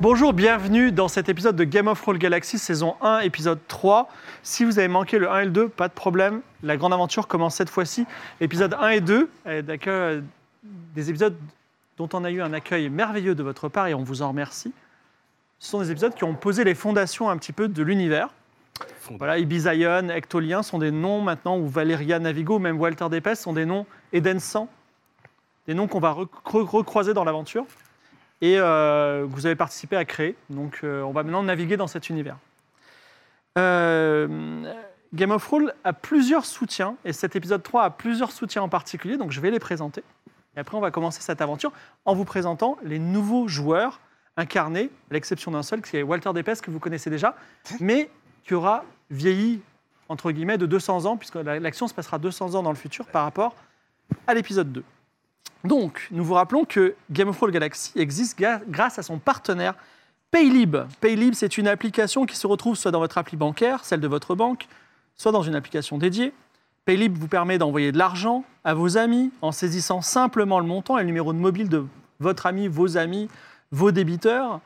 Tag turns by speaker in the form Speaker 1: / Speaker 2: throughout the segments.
Speaker 1: Bonjour, bienvenue dans cet épisode de Game of Roll Galaxy, saison 1, épisode 3. Si vous avez manqué le 1 et le 2, pas de problème, la grande aventure commence cette fois-ci. Épisode 1 et 2, euh, d'accueil- des épisodes dont on a eu un accueil merveilleux de votre part et on vous en remercie. Ce sont des épisodes qui ont posé les fondations un petit peu de l'univers. Voilà, Ibizaïon, Ectolien sont des noms maintenant, ou Valeria Navigo, même Walter Depes sont des noms Eden 100, des noms qu'on va re- re- recroiser dans l'aventure et euh, que vous avez participé à créer. Donc euh, on va maintenant naviguer dans cet univers. Euh, Game of Roll a plusieurs soutiens, et cet épisode 3 a plusieurs soutiens en particulier, donc je vais les présenter. Et après on va commencer cette aventure en vous présentant les nouveaux joueurs incarnés, à l'exception d'un seul, qui est Walter Depes, que vous connaissez déjà, mais qui aura vieilli, entre guillemets, de 200 ans, puisque la- l'action se passera 200 ans dans le futur par rapport à l'épisode 2. Donc, nous vous rappelons que Game of Thrones Galaxy existe ga- grâce à son partenaire Paylib. Paylib, c'est une application qui se retrouve soit dans votre appli bancaire, celle de votre banque, soit dans une application dédiée. Paylib vous permet d'envoyer de l'argent à vos amis en saisissant simplement le montant et le numéro de mobile de votre ami, vos amis, vos débiteurs.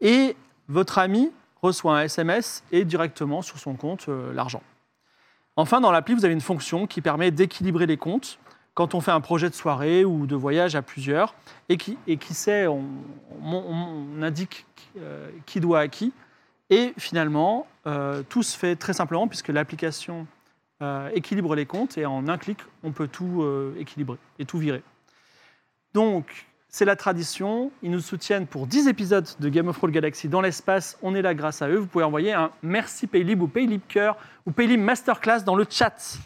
Speaker 1: Et votre ami reçoit un SMS et directement sur son compte euh, l'argent. Enfin, dans l'appli, vous avez une fonction qui permet d'équilibrer les comptes quand on fait un projet de soirée ou de voyage à plusieurs, et qui, et qui sait, on, on- on indique qui, euh, qui doit à qui. Et finalement, euh, tout se fait très simplement puisque l'application euh, équilibre les comptes et en un clic, on peut tout euh, équilibrer et tout virer. Donc, c'est la tradition. Ils nous soutiennent pour 10 épisodes de Game of Thrones Galaxy dans l'espace. On est là grâce à eux. Vous pouvez envoyer un merci Paylib ou Paylib Cœur ou Paylib Masterclass dans le chat.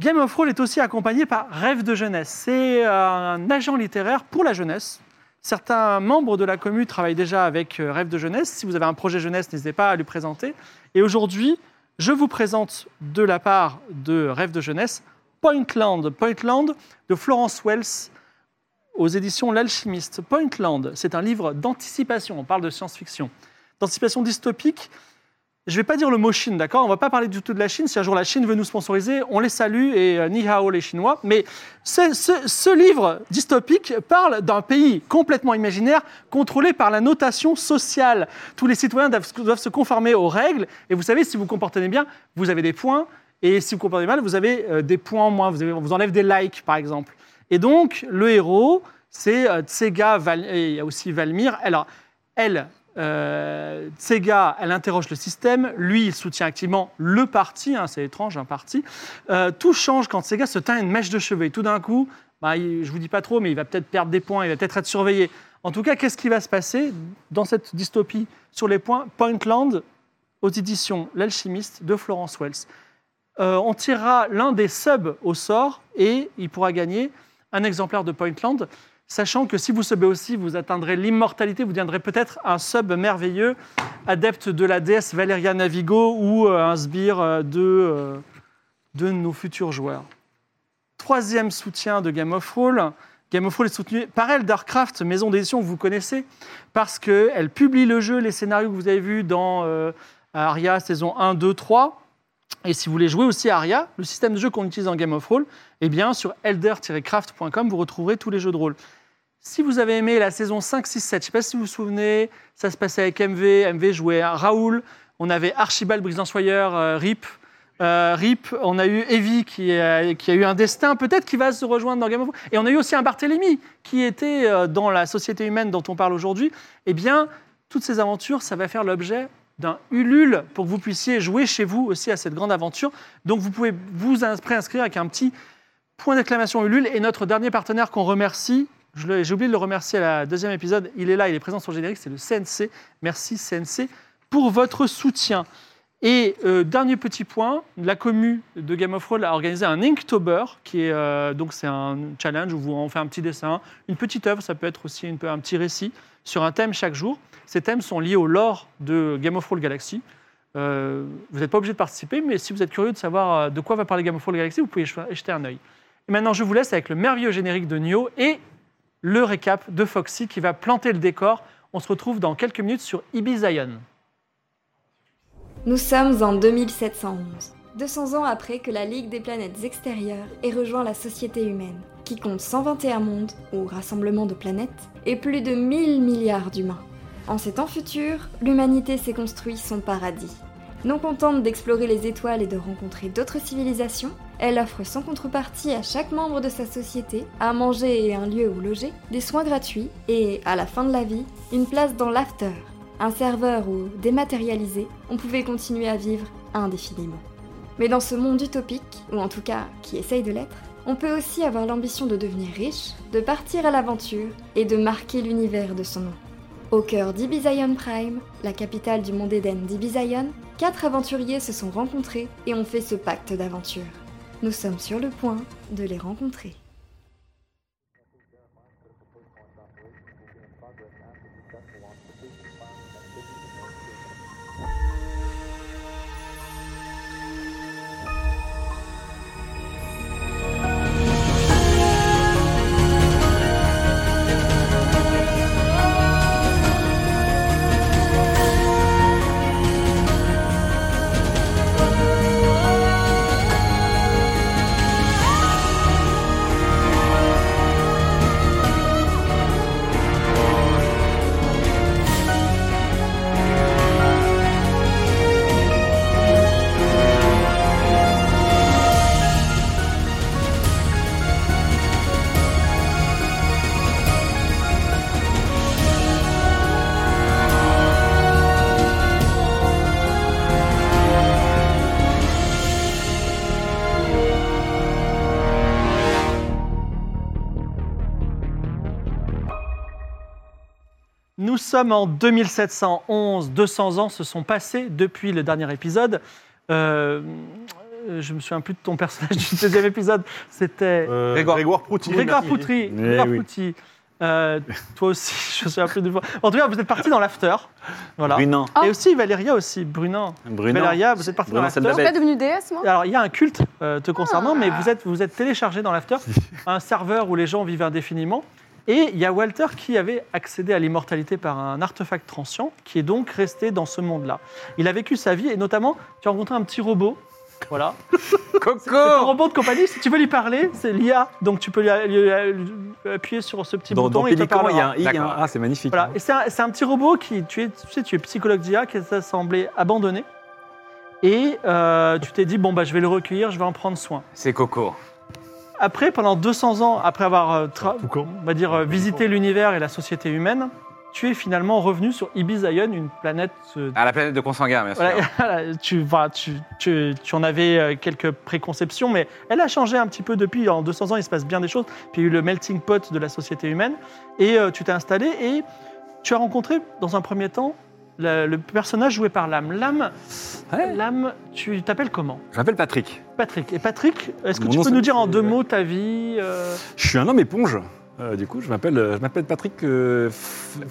Speaker 1: Game of Roll est aussi accompagné par Rêve de jeunesse. C'est euh, un agent littéraire pour la jeunesse. Certains membres de la commune travaillent déjà avec euh, Rêve de jeunesse. Si vous avez un projet jeunesse, n'hésitez pas à lui présenter. Et aujourd'hui, je vous présente de la part de Rêve de jeunesse Pointland. Pointland de Florence Wells aux éditions L'Alchimiste. Pointland, c'est un livre d'anticipation. On parle de science-fiction. D'anticipation dystopique je ne vais pas dire le mot Chine, d'accord On va pas parler du tout de la Chine. Si un jour la Chine veut nous sponsoriser, on les salue et euh, ni hao les Chinois. Mais ce, ce- ce livre dystopique parle d'un pays complètement imaginaire, contrôlé par la notation sociale. Tous les citoyens doivent, doivent se conformer aux règles. Et vous savez, si vous vous comportez bien, vous avez des points. Et si vous vous comportez mal, vous avez euh, des points en moins. Vous avez- on vous enlève des likes, par exemple. Et donc, le héros, c'est euh, Tsega, Val- et il y a aussi Valmir. Alors, elle, euh, Tsega, elle interroge le système. Lui, il soutient activement le parti. hein, c'est étrange, un parti. Euh, tout change quand Tsega se teint une mèche de cheveux. Et tout d'un coup, bah, il- je vous dis pas trop, mais il va peut-être perdre des points. Il va peut-être être surveillé. En tout cas, qu'est-ce qui va se passer dans cette dystopie sur les points Pointland aux éditions L'Alchimiste de Florence Wells. Euh, on tirera l'un des subs au sort et il pourra gagner un exemplaire de Pointland sachant que si vous subez aussi, vous atteindrez l'immortalité, vous deviendrez peut-être un sub merveilleux, adepte de la déesse Valeria Navigo ou euh, un sbire euh, de, euh, de nos futurs joueurs. Troisième soutien de Game of Roll. Game of Roll est soutenu par Eldercraft, maison d'édition que vous connaissez, parce qu'elle publie le jeu, les scénarios que vous avez vus dans euh, Aria saison 1, 2, 3. Et si vous voulez jouer aussi à Aria, le système de jeu qu'on utilise dans Game of Roll, eh bien sur elder-craft.com, vous retrouverez tous les jeux de rôle. Si vous avez aimé la saison 5, 6, 7, je ne sais pas si vous vous souvenez, ça se passait avec MV. MV jouait à Raoul. On avait Archibald Brisansoyeur, euh, Rip. Euh, Rip, on a eu Evie qui, a- qui a eu un destin peut-être qui va se rejoindre dans Game of Thrones. Et on a eu aussi un Barthélemy qui était euh, dans la société humaine dont on parle aujourd'hui. Eh bien, toutes ces aventures, ça va faire l'objet d'un Ulule pour que vous puissiez jouer chez vous aussi à cette grande aventure. Donc vous pouvez vous ins- préinscrire avec un petit point d'exclamation Ulule. Et notre dernier partenaire qu'on remercie, Je l'ai- J'ai oublié de le remercier à la deuxième épisode. Il est là, il est présent sur le générique, c'est le CNC. Merci CNC pour votre soutien. Et euh, dernier petit point, la commu de Game of Thrones a organisé un Inktober, qui est euh, donc c'est un challenge où vous- on fait un petit dessin, une petite œuvre, ça peut être aussi une, peu- un petit récit sur un thème chaque jour. Ces thèmes sont liés au lore de Game of Thrones Galaxy. Euh, vous n'êtes pas obligé de participer, mais si vous êtes curieux de savoir euh, de quoi va parler Game of Thrones Galaxy, vous pouvez y jeter un œil. Et maintenant, je vous laisse avec le merveilleux générique de Nioh et le récap de Foxy qui va planter le décor. On se retrouve dans quelques minutes sur Ibizaïon.
Speaker 2: Nous sommes en 2711, 200 ans après que la Ligue des planètes extérieures ait rejoint la société humaine, qui compte 121 mondes, ou rassemblements de planètes, et plus de 1000 milliards d'humains. En ces temps futurs, l'humanité s'est construit son paradis. Non contente d'explorer les étoiles et de rencontrer d'autres civilisations, elle offre sans contrepartie à chaque membre de sa société, à manger et un lieu où loger, des soins gratuits et, à la fin de la vie, une place dans l'after, un serveur ou dématérialisé, on pouvait continuer à vivre indéfiniment. Mais dans ce monde utopique, ou en tout cas qui essaye de l'être, on peut aussi avoir l'ambition de devenir riche, de partir à l'aventure et de marquer l'univers de son nom. Au cœur d'Ibizaïon Prime, la capitale du monde Éden d'Ibizaïon, quatre aventuriers se sont rencontrés et ont fait ce pacte d'aventure. Nous sommes sur le point de les rencontrer.
Speaker 1: Nous sommes en 2711, 200 ans se sont passés depuis le dernier épisode. Euh, je me souviens plus de ton personnage du deuxième épisode, c'était
Speaker 3: Euh,
Speaker 4: Grégoire.
Speaker 3: Grégoire Proutier.
Speaker 1: Grégoire
Speaker 3: merci.
Speaker 1: Poutry.
Speaker 5: Eh
Speaker 1: Grégoire
Speaker 5: oui.
Speaker 1: Poutry. Euh, toi aussi, je me souviens plus de toi. En tout cas, vous êtes parti dans l'after. Voilà.
Speaker 5: Brunan.
Speaker 1: Et aussi Valéria aussi, Brunan.
Speaker 5: Brunan.
Speaker 1: Valéria, vous êtes parti dans
Speaker 5: Brunan, c'est le
Speaker 1: l'after.
Speaker 6: Je suis
Speaker 5: Bête.
Speaker 6: pas devenue déesse, moi
Speaker 1: Alors, il y a un culte euh, te concernant, mais vous êtes, vous êtes téléchargé dans l'after, un serveur où les gens vivent indéfiniment. Et il y a Walter qui avait accédé à l'immortalité par un artefact transient, qui est donc resté dans ce monde-là. Il a vécu sa vie, et notamment, tu as rencontré un petit robot. Voilà. C'est un
Speaker 4: Coco
Speaker 1: robot de compagnie. Si tu veux lui parler, c'est l'IA. Donc, tu peux lui, lui- lui- lui appuyer sur ce petit
Speaker 5: Dans,
Speaker 1: bouton
Speaker 5: dans
Speaker 1: et il te
Speaker 5: Pélican, il y a
Speaker 1: parlera.
Speaker 5: un I, il y a un
Speaker 4: D'accord.
Speaker 5: A, c'est magnifique.
Speaker 1: Voilà. Et c'est un, c'est un petit robot qui, tu es, tu sais, tu es psychologue d'IA, qui t'a semblé abandonné. Et euh, tu t'es dit, bon, bah, je vais le recueillir, je vais en prendre soin.
Speaker 4: C'est Coco.
Speaker 1: Après, pendant 200 ans, après avoir euh, tra-
Speaker 3: Tout con.
Speaker 1: on va dire, euh, visité l'univers et la société humaine, tu es finalement revenu sur Ibizaïon, une planète. euh,
Speaker 4: À la planète de Consanguin, bien sûr.
Speaker 1: voilà, voilà, tu, voilà, tu, tu- tu en avais euh, quelques préconceptions, mais elle a changé un petit peu depuis. En 200 ans, il se passe bien des choses. Puis il y a eu le melting pot de la société humaine. Et euh, tu t'es installé et tu as rencontré, dans un premier temps, le, le personnage joué par l'âme. L'âme,
Speaker 5: Ouais.
Speaker 1: l'âme, tu t'appelles comment
Speaker 5: Je m'appelle Patrick.
Speaker 1: Patrick. Et Patrick, est-ce que
Speaker 5: Mon
Speaker 1: tu
Speaker 5: nom,
Speaker 1: peux
Speaker 5: c'est-
Speaker 1: nous dire en deux
Speaker 5: c'est-
Speaker 1: mots ta vie euh,
Speaker 5: Je suis un homme éponge. Euh, du coup, je m'appelle euh, je m'appelle Patrick. euh, F-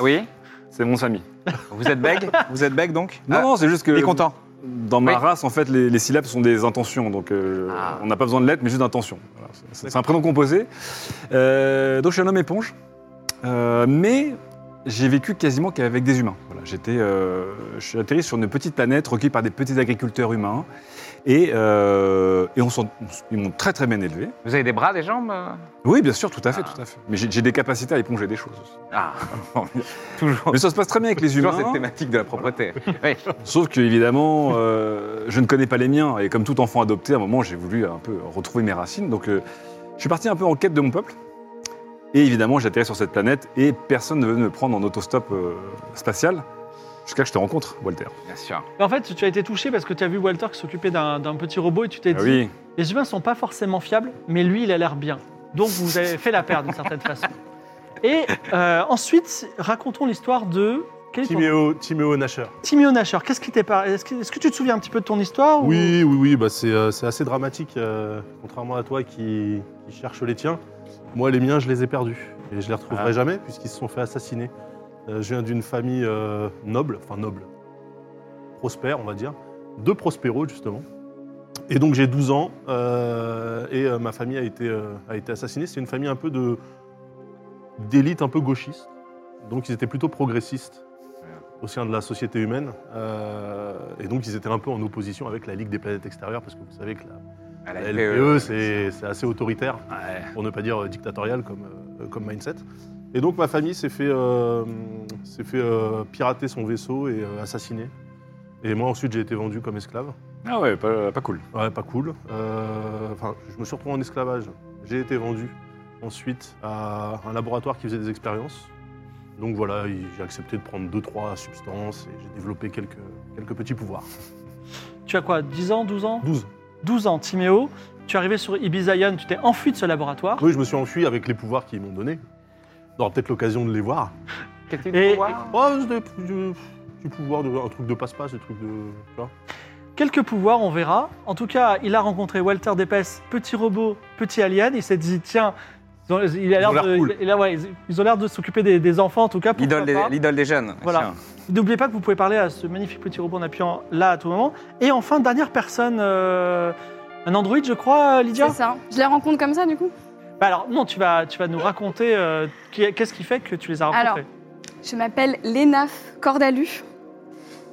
Speaker 4: Oui
Speaker 5: C'est mon ami.
Speaker 4: Vous êtes bègue Vous êtes bègue, donc
Speaker 5: Non,
Speaker 4: Ah,
Speaker 5: non, c'est juste que.
Speaker 4: Il est content.
Speaker 5: Dans ma
Speaker 4: Oui.
Speaker 5: race, en fait, les, les syllabes sont des intentions. Donc, euh,
Speaker 4: Ah.
Speaker 5: on n'a pas besoin de lettres, mais juste d'intentions. Voilà, c'est- c'est un prénom composé. Euh, donc, je suis un homme éponge. Euh, mais j'ai vécu quasiment qu'avec des humains. Voilà, j'étais, euh, je suis atterri sur une petite planète recueillie par des petits agriculteurs humains. Et, euh, et on s'en- on s- ils m'ont très, très bien élevé.
Speaker 4: Vous avez des bras, des jambes euh
Speaker 5: Oui, bien sûr, tout à fait,
Speaker 4: Ah.
Speaker 5: tout à fait. Mais j'ai j'ai des capacités à éponger des choses aussi.
Speaker 4: Ah, toujours.
Speaker 5: Mais ça se passe très bien avec les
Speaker 4: Toujours
Speaker 5: humains.
Speaker 4: cette thématique de la propreté. Oui.
Speaker 5: Sauf que, évidemment, euh, je ne connais pas les miens. Et comme tout enfant adopté, à un moment, j'ai voulu un peu retrouver mes racines. Donc, euh, je suis parti un peu en quête de mon peuple. Et évidemment, j'ai atterri sur cette planète et personne ne veut me prendre en autostop euh, spatial. Jusqu'à que je te rencontre, Walter.
Speaker 4: Bien sûr.
Speaker 1: Mais En fait, tu as été touché parce que tu as vu Walter qui s'occupait d'un d'un petit robot et tu t'es
Speaker 5: Ah
Speaker 1: dit
Speaker 5: oui.
Speaker 1: les humains sont pas forcément fiables, mais lui, il a l'air bien. Donc vous avez fait la paire d'une certaine façon. Et euh, ensuite, racontons l'histoire de quel est ton-
Speaker 3: Timéo, Timéo Nasher.
Speaker 1: Timéo Nasher. Qu'est-ce qui t'est par- Est-ce que, est-ce que tu te souviens un petit peu de ton histoire ou-
Speaker 3: Oui, oui, oui, bah c'est euh, c'est assez dramatique, euh, contrairement à toi qui, qui cherche les tiens. Moi, les miens, je les ai perdus. Et je les retrouverai jamais, puisqu'ils se sont fait assassiner. Euh, je viens d'une famille euh, noble, enfin noble, prospère, on va dire, de Prospero, justement. Et donc, j'ai 12 ans, euh, et euh, ma famille a été, euh, a été assassinée. C'est une famille un peu de d'élite un peu gauchiste. Donc, ils étaient plutôt progressistes au sein de la société humaine. Euh, et donc, ils étaient un peu en opposition avec la Ligue des planètes extérieures, parce que vous savez que la,
Speaker 4: À
Speaker 3: la
Speaker 1: E,
Speaker 4: LPE,
Speaker 3: LPE, c'est c'est assez autoritaire,
Speaker 4: Ouais.
Speaker 3: pour ne pas dire euh, dictatorial comme, euh, comme mindset. Et donc, ma famille s'est fait, euh, s'est fait euh, pirater son vaisseau et euh, assassiner. Et moi, ensuite, j'ai été vendu comme esclave.
Speaker 5: Ah ouais, pas, pas cool.
Speaker 3: Ouais, pas cool. Euh, Enfin, je me suis retrouvé en esclavage. J'ai été vendu ensuite à un laboratoire qui faisait des expériences. Donc voilà, il- j'ai accepté de prendre deux, trois substances et j'ai développé quelques, quelques petits pouvoirs.
Speaker 1: Tu as quoi 10 ans, 12 ans
Speaker 3: 12.
Speaker 1: 12 ans, Timéo. Tu es arrivé sur Ibiza Ion, tu t'es enfui de ce laboratoire.
Speaker 3: Oui, je me suis enfui avec les pouvoirs qu'ils m'ont donnés. On aura peut-être l'occasion de les voir.
Speaker 4: Quel type
Speaker 1: Et-
Speaker 4: de pouvoir
Speaker 3: Oh, c'est des petits- petits pouvoirs, de, un truc de passe-passe, des trucs de. Tu vois
Speaker 1: Quelques pouvoirs, on verra. En tout cas, il a rencontré Walter Depes, petit robot, petit alien. Il s'est dit tiens, ils ont, il a
Speaker 5: Ils
Speaker 1: l'air
Speaker 5: ont l'air
Speaker 1: de-
Speaker 5: cool.
Speaker 1: il a- ouais, ils- ils ont l'air de s'occuper des, des enfants, en tout cas. pourquoi
Speaker 4: L'idole des,
Speaker 1: pas.
Speaker 4: l'idole des jeunes.
Speaker 1: Voilà. N'oubliez pas que vous pouvez parler à ce magnifique petit robot en appuyant là à tout moment. Et enfin, dernière personne, euh, un androïde, je crois, euh, Lydia
Speaker 6: C'est ça. Je les rencontre comme ça, du coup
Speaker 1: Bah Alors, non, tu vas, tu vas nous raconter euh, qui- qu'est-ce qui fait que tu les as rencontrés.
Speaker 6: Alors, Je m'appelle Lénaf Cordalu.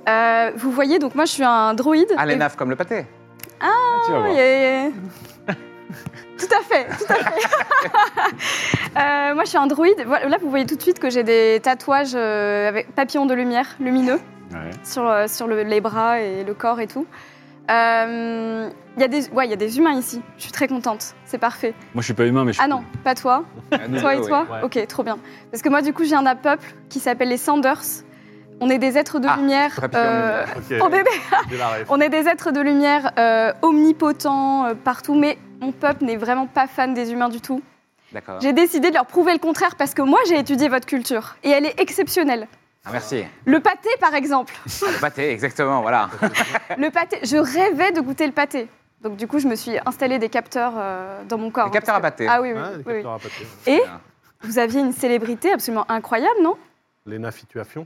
Speaker 6: Euh, vous voyez, donc moi je suis un droïde.
Speaker 4: Ah, les
Speaker 6: Et-
Speaker 4: nafs comme le pâté.
Speaker 5: Ah, tu vas voir.
Speaker 6: Et- tout à fait, tout à fait. Euh, moi je suis un droïde. Voilà, Là vous voyez tout de suite que j'ai des tatouages euh, avec papillons de lumière lumineux
Speaker 5: Ouais.
Speaker 6: sur, euh, sur le- les bras et le corps et tout. Euh, Il y, a des- ouais, il y a des humains ici. Je suis très contente. C'est parfait.
Speaker 5: Moi, je suis pas humain, mais je suis.
Speaker 6: Ah non, pas toi.
Speaker 4: Ah, nous
Speaker 6: Toi
Speaker 4: deux,
Speaker 6: et
Speaker 4: oui.
Speaker 6: toi
Speaker 3: Ouais.
Speaker 6: Ok, trop bien. Parce que moi, du coup, j'ai un peuple qui s'appelle les Sanders. On est des êtres de
Speaker 4: Ah,
Speaker 6: lumière.
Speaker 4: très bien,
Speaker 6: euh,
Speaker 3: Ok,
Speaker 6: on, est des,
Speaker 3: j'ai la ref.
Speaker 6: on est des êtres de lumière euh, omnipotents euh, partout, mais mon peuple n'est vraiment pas fan des humains du tout.
Speaker 4: D'accord.
Speaker 6: J'ai décidé de leur prouver le contraire parce que moi, j'ai étudié votre culture et elle est exceptionnelle.
Speaker 4: Ah, merci.
Speaker 6: Le pâté, par exemple.
Speaker 4: Ah, le pâté, exactement, voilà.
Speaker 6: Le pâté, je rêvais de goûter le pâté. Donc, du coup, je me suis installé des capteurs euh, dans mon corps.
Speaker 4: Des capteurs
Speaker 6: Parce que-
Speaker 4: à pâté.
Speaker 6: Ah oui, oui,
Speaker 3: Hein, les
Speaker 6: oui, oui.
Speaker 3: capteurs à pâté.
Speaker 6: Et vous aviez une célébrité absolument incroyable, non
Speaker 3: Lena Fituafion.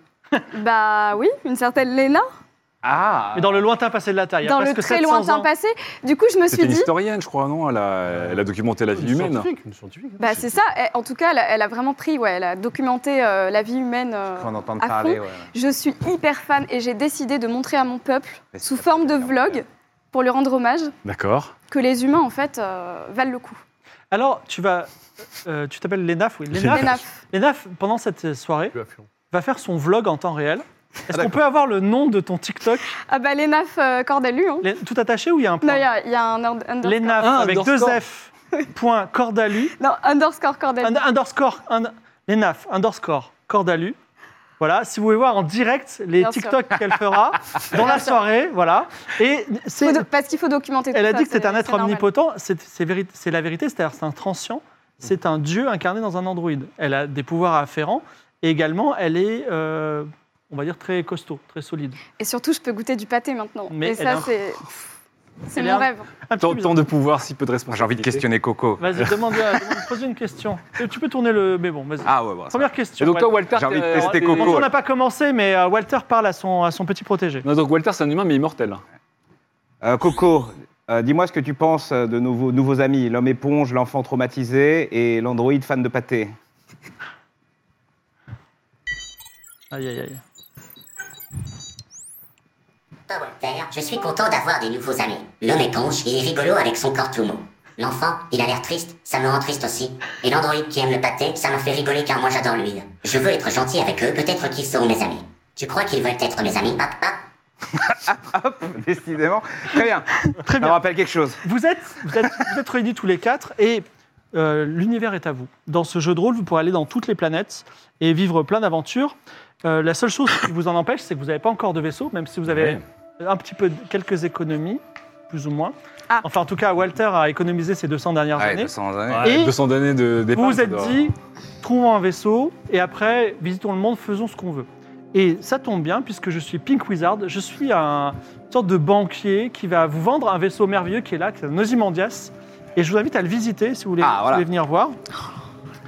Speaker 6: Bah oui, une certaine Léna,
Speaker 4: Ah
Speaker 1: Mais dans le lointain passé de la taille, Ah, il y a
Speaker 6: dans le
Speaker 1: presque
Speaker 6: très
Speaker 1: 700
Speaker 6: lointain
Speaker 1: ans.
Speaker 6: passé. Du coup, je me
Speaker 5: C'était
Speaker 6: suis
Speaker 5: une
Speaker 6: dit,
Speaker 5: historienne, je crois, non elle a, elle a documenté la vie
Speaker 3: Une
Speaker 5: humaine.
Speaker 3: scientifique, une scientifique. hein.
Speaker 6: bah c'est ça. Elle- En tout cas, elle, a- elle a vraiment pris, ouais, elle a documenté euh, la vie humaine. euh.
Speaker 4: Quand on entend
Speaker 6: à
Speaker 4: parler,
Speaker 6: fond.
Speaker 4: ouais.
Speaker 6: Je suis hyper fan et j'ai décidé de montrer à mon peuple,
Speaker 4: Mais
Speaker 6: sous
Speaker 4: c'est pas
Speaker 6: forme de
Speaker 4: très bien,
Speaker 6: vlog, pour lui rendre hommage,
Speaker 5: D'accord.
Speaker 6: que les humains en fait euh, valent le coup.
Speaker 1: Alors, tu vas. euh, tu t'appelles Lénaf, oui. Lénaf,
Speaker 6: Léna,
Speaker 1: Lénaf, pendant cette soirée,
Speaker 3: Fituafion.
Speaker 1: va faire son vlog en temps réel. Est-ce qu'on peut avoir le nom de ton TikTok
Speaker 6: ah bah Léna euh, Cordalu, hein.
Speaker 1: Lé- Tout attaché ou il y a un
Speaker 6: Non,
Speaker 1: point
Speaker 6: il y, a- il y a un under- under-
Speaker 1: Lénaf
Speaker 7: Ah,
Speaker 1: avec deux
Speaker 7: underscore.
Speaker 1: F, point Cordalu,
Speaker 6: non, underscore Cordalu.
Speaker 1: un- underscore, un- Lénaf, underscore Cordalu. Voilà, si vous voulez voir en direct les
Speaker 6: Bien sûr.
Speaker 1: TikTok qu'elle fera dans la soirée, voilà. Et
Speaker 6: Faut
Speaker 1: c'est,
Speaker 6: do- Parce qu'il faut documenter. tout
Speaker 1: elle a
Speaker 6: ça,
Speaker 1: dit que c'est un être
Speaker 6: normal.
Speaker 1: omnipotent, c'est, c'est véri- c'est la vérité, c'est-à-dire c'est un transcient, c'est un dieu incarné dans un androïde. Elle a des pouvoirs afférents et également elle est, euh, on va dire, très costaud, très solide.
Speaker 6: Et surtout, je peux goûter du pâté maintenant.
Speaker 1: Mais
Speaker 6: et
Speaker 1: elle a
Speaker 6: ça,
Speaker 1: un-
Speaker 6: c'est c'est
Speaker 1: Elle a
Speaker 6: mon
Speaker 1: un-
Speaker 6: rêve.
Speaker 1: Un petit peu
Speaker 5: Tant,
Speaker 1: bizarre.
Speaker 5: tant de pouvoir, si peu de
Speaker 4: Moi,
Speaker 5: responsabilité.
Speaker 4: Ah, J'ai envie de questionner Coco.
Speaker 1: Vas-y, demande, demande- pose une question. Et Tu peux tourner le. Mais bon, vas-y.
Speaker 4: Ah ouais, bon, ça va.
Speaker 1: Première
Speaker 5: Et
Speaker 1: question.
Speaker 5: donc, toi,
Speaker 1: Walter.
Speaker 5: Walter,
Speaker 4: J'ai envie de
Speaker 5: t'es-
Speaker 4: tester
Speaker 5: t'es-
Speaker 4: Coco.
Speaker 1: Bon, on n'a pas commencé, mais euh, Walter parle à son, à son petit protégé.
Speaker 5: Non, donc Walter, c'est un humain, mais immortel.
Speaker 7: Euh, Coco, euh, dis-moi ce que tu penses de nos nouveaux- nouveaux amis, l'homme éponge, l'enfant traumatisé et l'androïde fan de pâté.
Speaker 1: Aïe, aïe, aïe.
Speaker 8: Pas Walter, je suis content d'avoir des nouveaux amis. L'homme éponge, il est rigolo avec son corps tout mou. L'enfant, il a l'air triste, ça me rend triste aussi. Et l'androïde qui aime le pâté, ça me fait rigoler car moi j'adore l'huile. Je veux être gentil avec eux, peut-être qu'ils seront mes amis. Tu crois qu'ils veulent être mes amis, papa
Speaker 4: Décidément. Très bien.
Speaker 1: Très
Speaker 4: Ça me
Speaker 1: bien.
Speaker 4: rappelle quelque chose.
Speaker 1: Vous êtes, vous êtes, vous êtes réunis tous les quatre et euh, l'univers est à vous. Dans ce jeu de rôle, vous pourrez aller dans toutes les planètes et vivre plein d'aventures. Euh, la seule chose qui vous en empêche, c'est que vous n'avez pas encore de vaisseau, même si vous avez un petit peu quelques économies, plus ou moins.
Speaker 6: Ah.
Speaker 1: Enfin, en tout cas, Walter a économisé ses 200 dernières
Speaker 4: Ouais,
Speaker 1: années.
Speaker 4: 200 années.
Speaker 1: Et-
Speaker 5: Ouais, 200 années de départ.
Speaker 1: Vous vous êtes dit, trouvons un vaisseau et après, visitons le monde, faisons ce qu'on veut. Et ça tombe bien puisque je suis Pink Wizard, je suis un une sorte de banquier qui va vous vendre un vaisseau merveilleux qui est là, qui est un Ozymandias. Et je vous invite à le visiter si vous voulez,
Speaker 4: Ah,
Speaker 1: si vous
Speaker 4: voilà.
Speaker 1: voulez venir voir.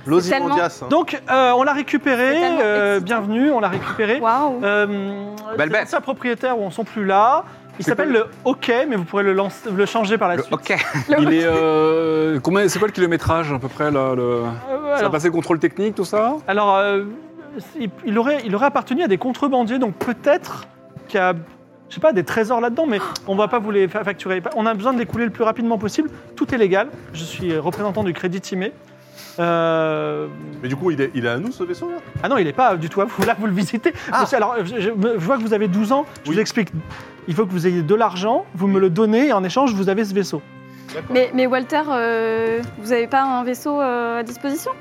Speaker 3: L'Ozymandias. hein.
Speaker 1: Donc, euh, on l'a récupéré,
Speaker 6: C'est tellement
Speaker 1: euh,
Speaker 6: excitant.
Speaker 1: bienvenue, on l'a récupéré.
Speaker 6: Waouh.
Speaker 1: Euh,
Speaker 4: Belle
Speaker 1: c'est
Speaker 4: bête.
Speaker 1: l'ancien propriétaire où on sont plus là. Il s'appelle le Hockey, mais vous pourrez le, lancer- le changer par la
Speaker 4: Le
Speaker 1: suite.
Speaker 4: hockey.
Speaker 5: Il est. euh, combien- C'est quoi le kilométrage à peu près là le...
Speaker 1: Euh,
Speaker 5: Ça a
Speaker 1: alors,
Speaker 5: passé contrôle technique, tout ça
Speaker 1: Alors, euh, il, il aurait, il aurait appartenu à des contrebandiers, donc peut-être qu'il y a, je sais pas, des trésors là-dedans, mais on va pas vous les fa- facturer. On a besoin de les couler le plus rapidement possible. Tout est légal. Je suis représentant du Crédit Timé. Euh,
Speaker 3: Mais du coup, il est, il est à nous ce vaisseau là
Speaker 1: ah non, il n'est pas du tout à vous. Là, vous le visitez.
Speaker 5: Ah.
Speaker 1: Monsieur, alors, je, je- je vois que vous avez 12 ans. Je
Speaker 3: Oui.
Speaker 1: vous explique. Il faut que vous ayez de l'argent, vous me le donnez, et en échange, vous avez ce vaisseau.
Speaker 6: Mais, mais Walter, euh, vous n'avez pas un vaisseau euh, à disposition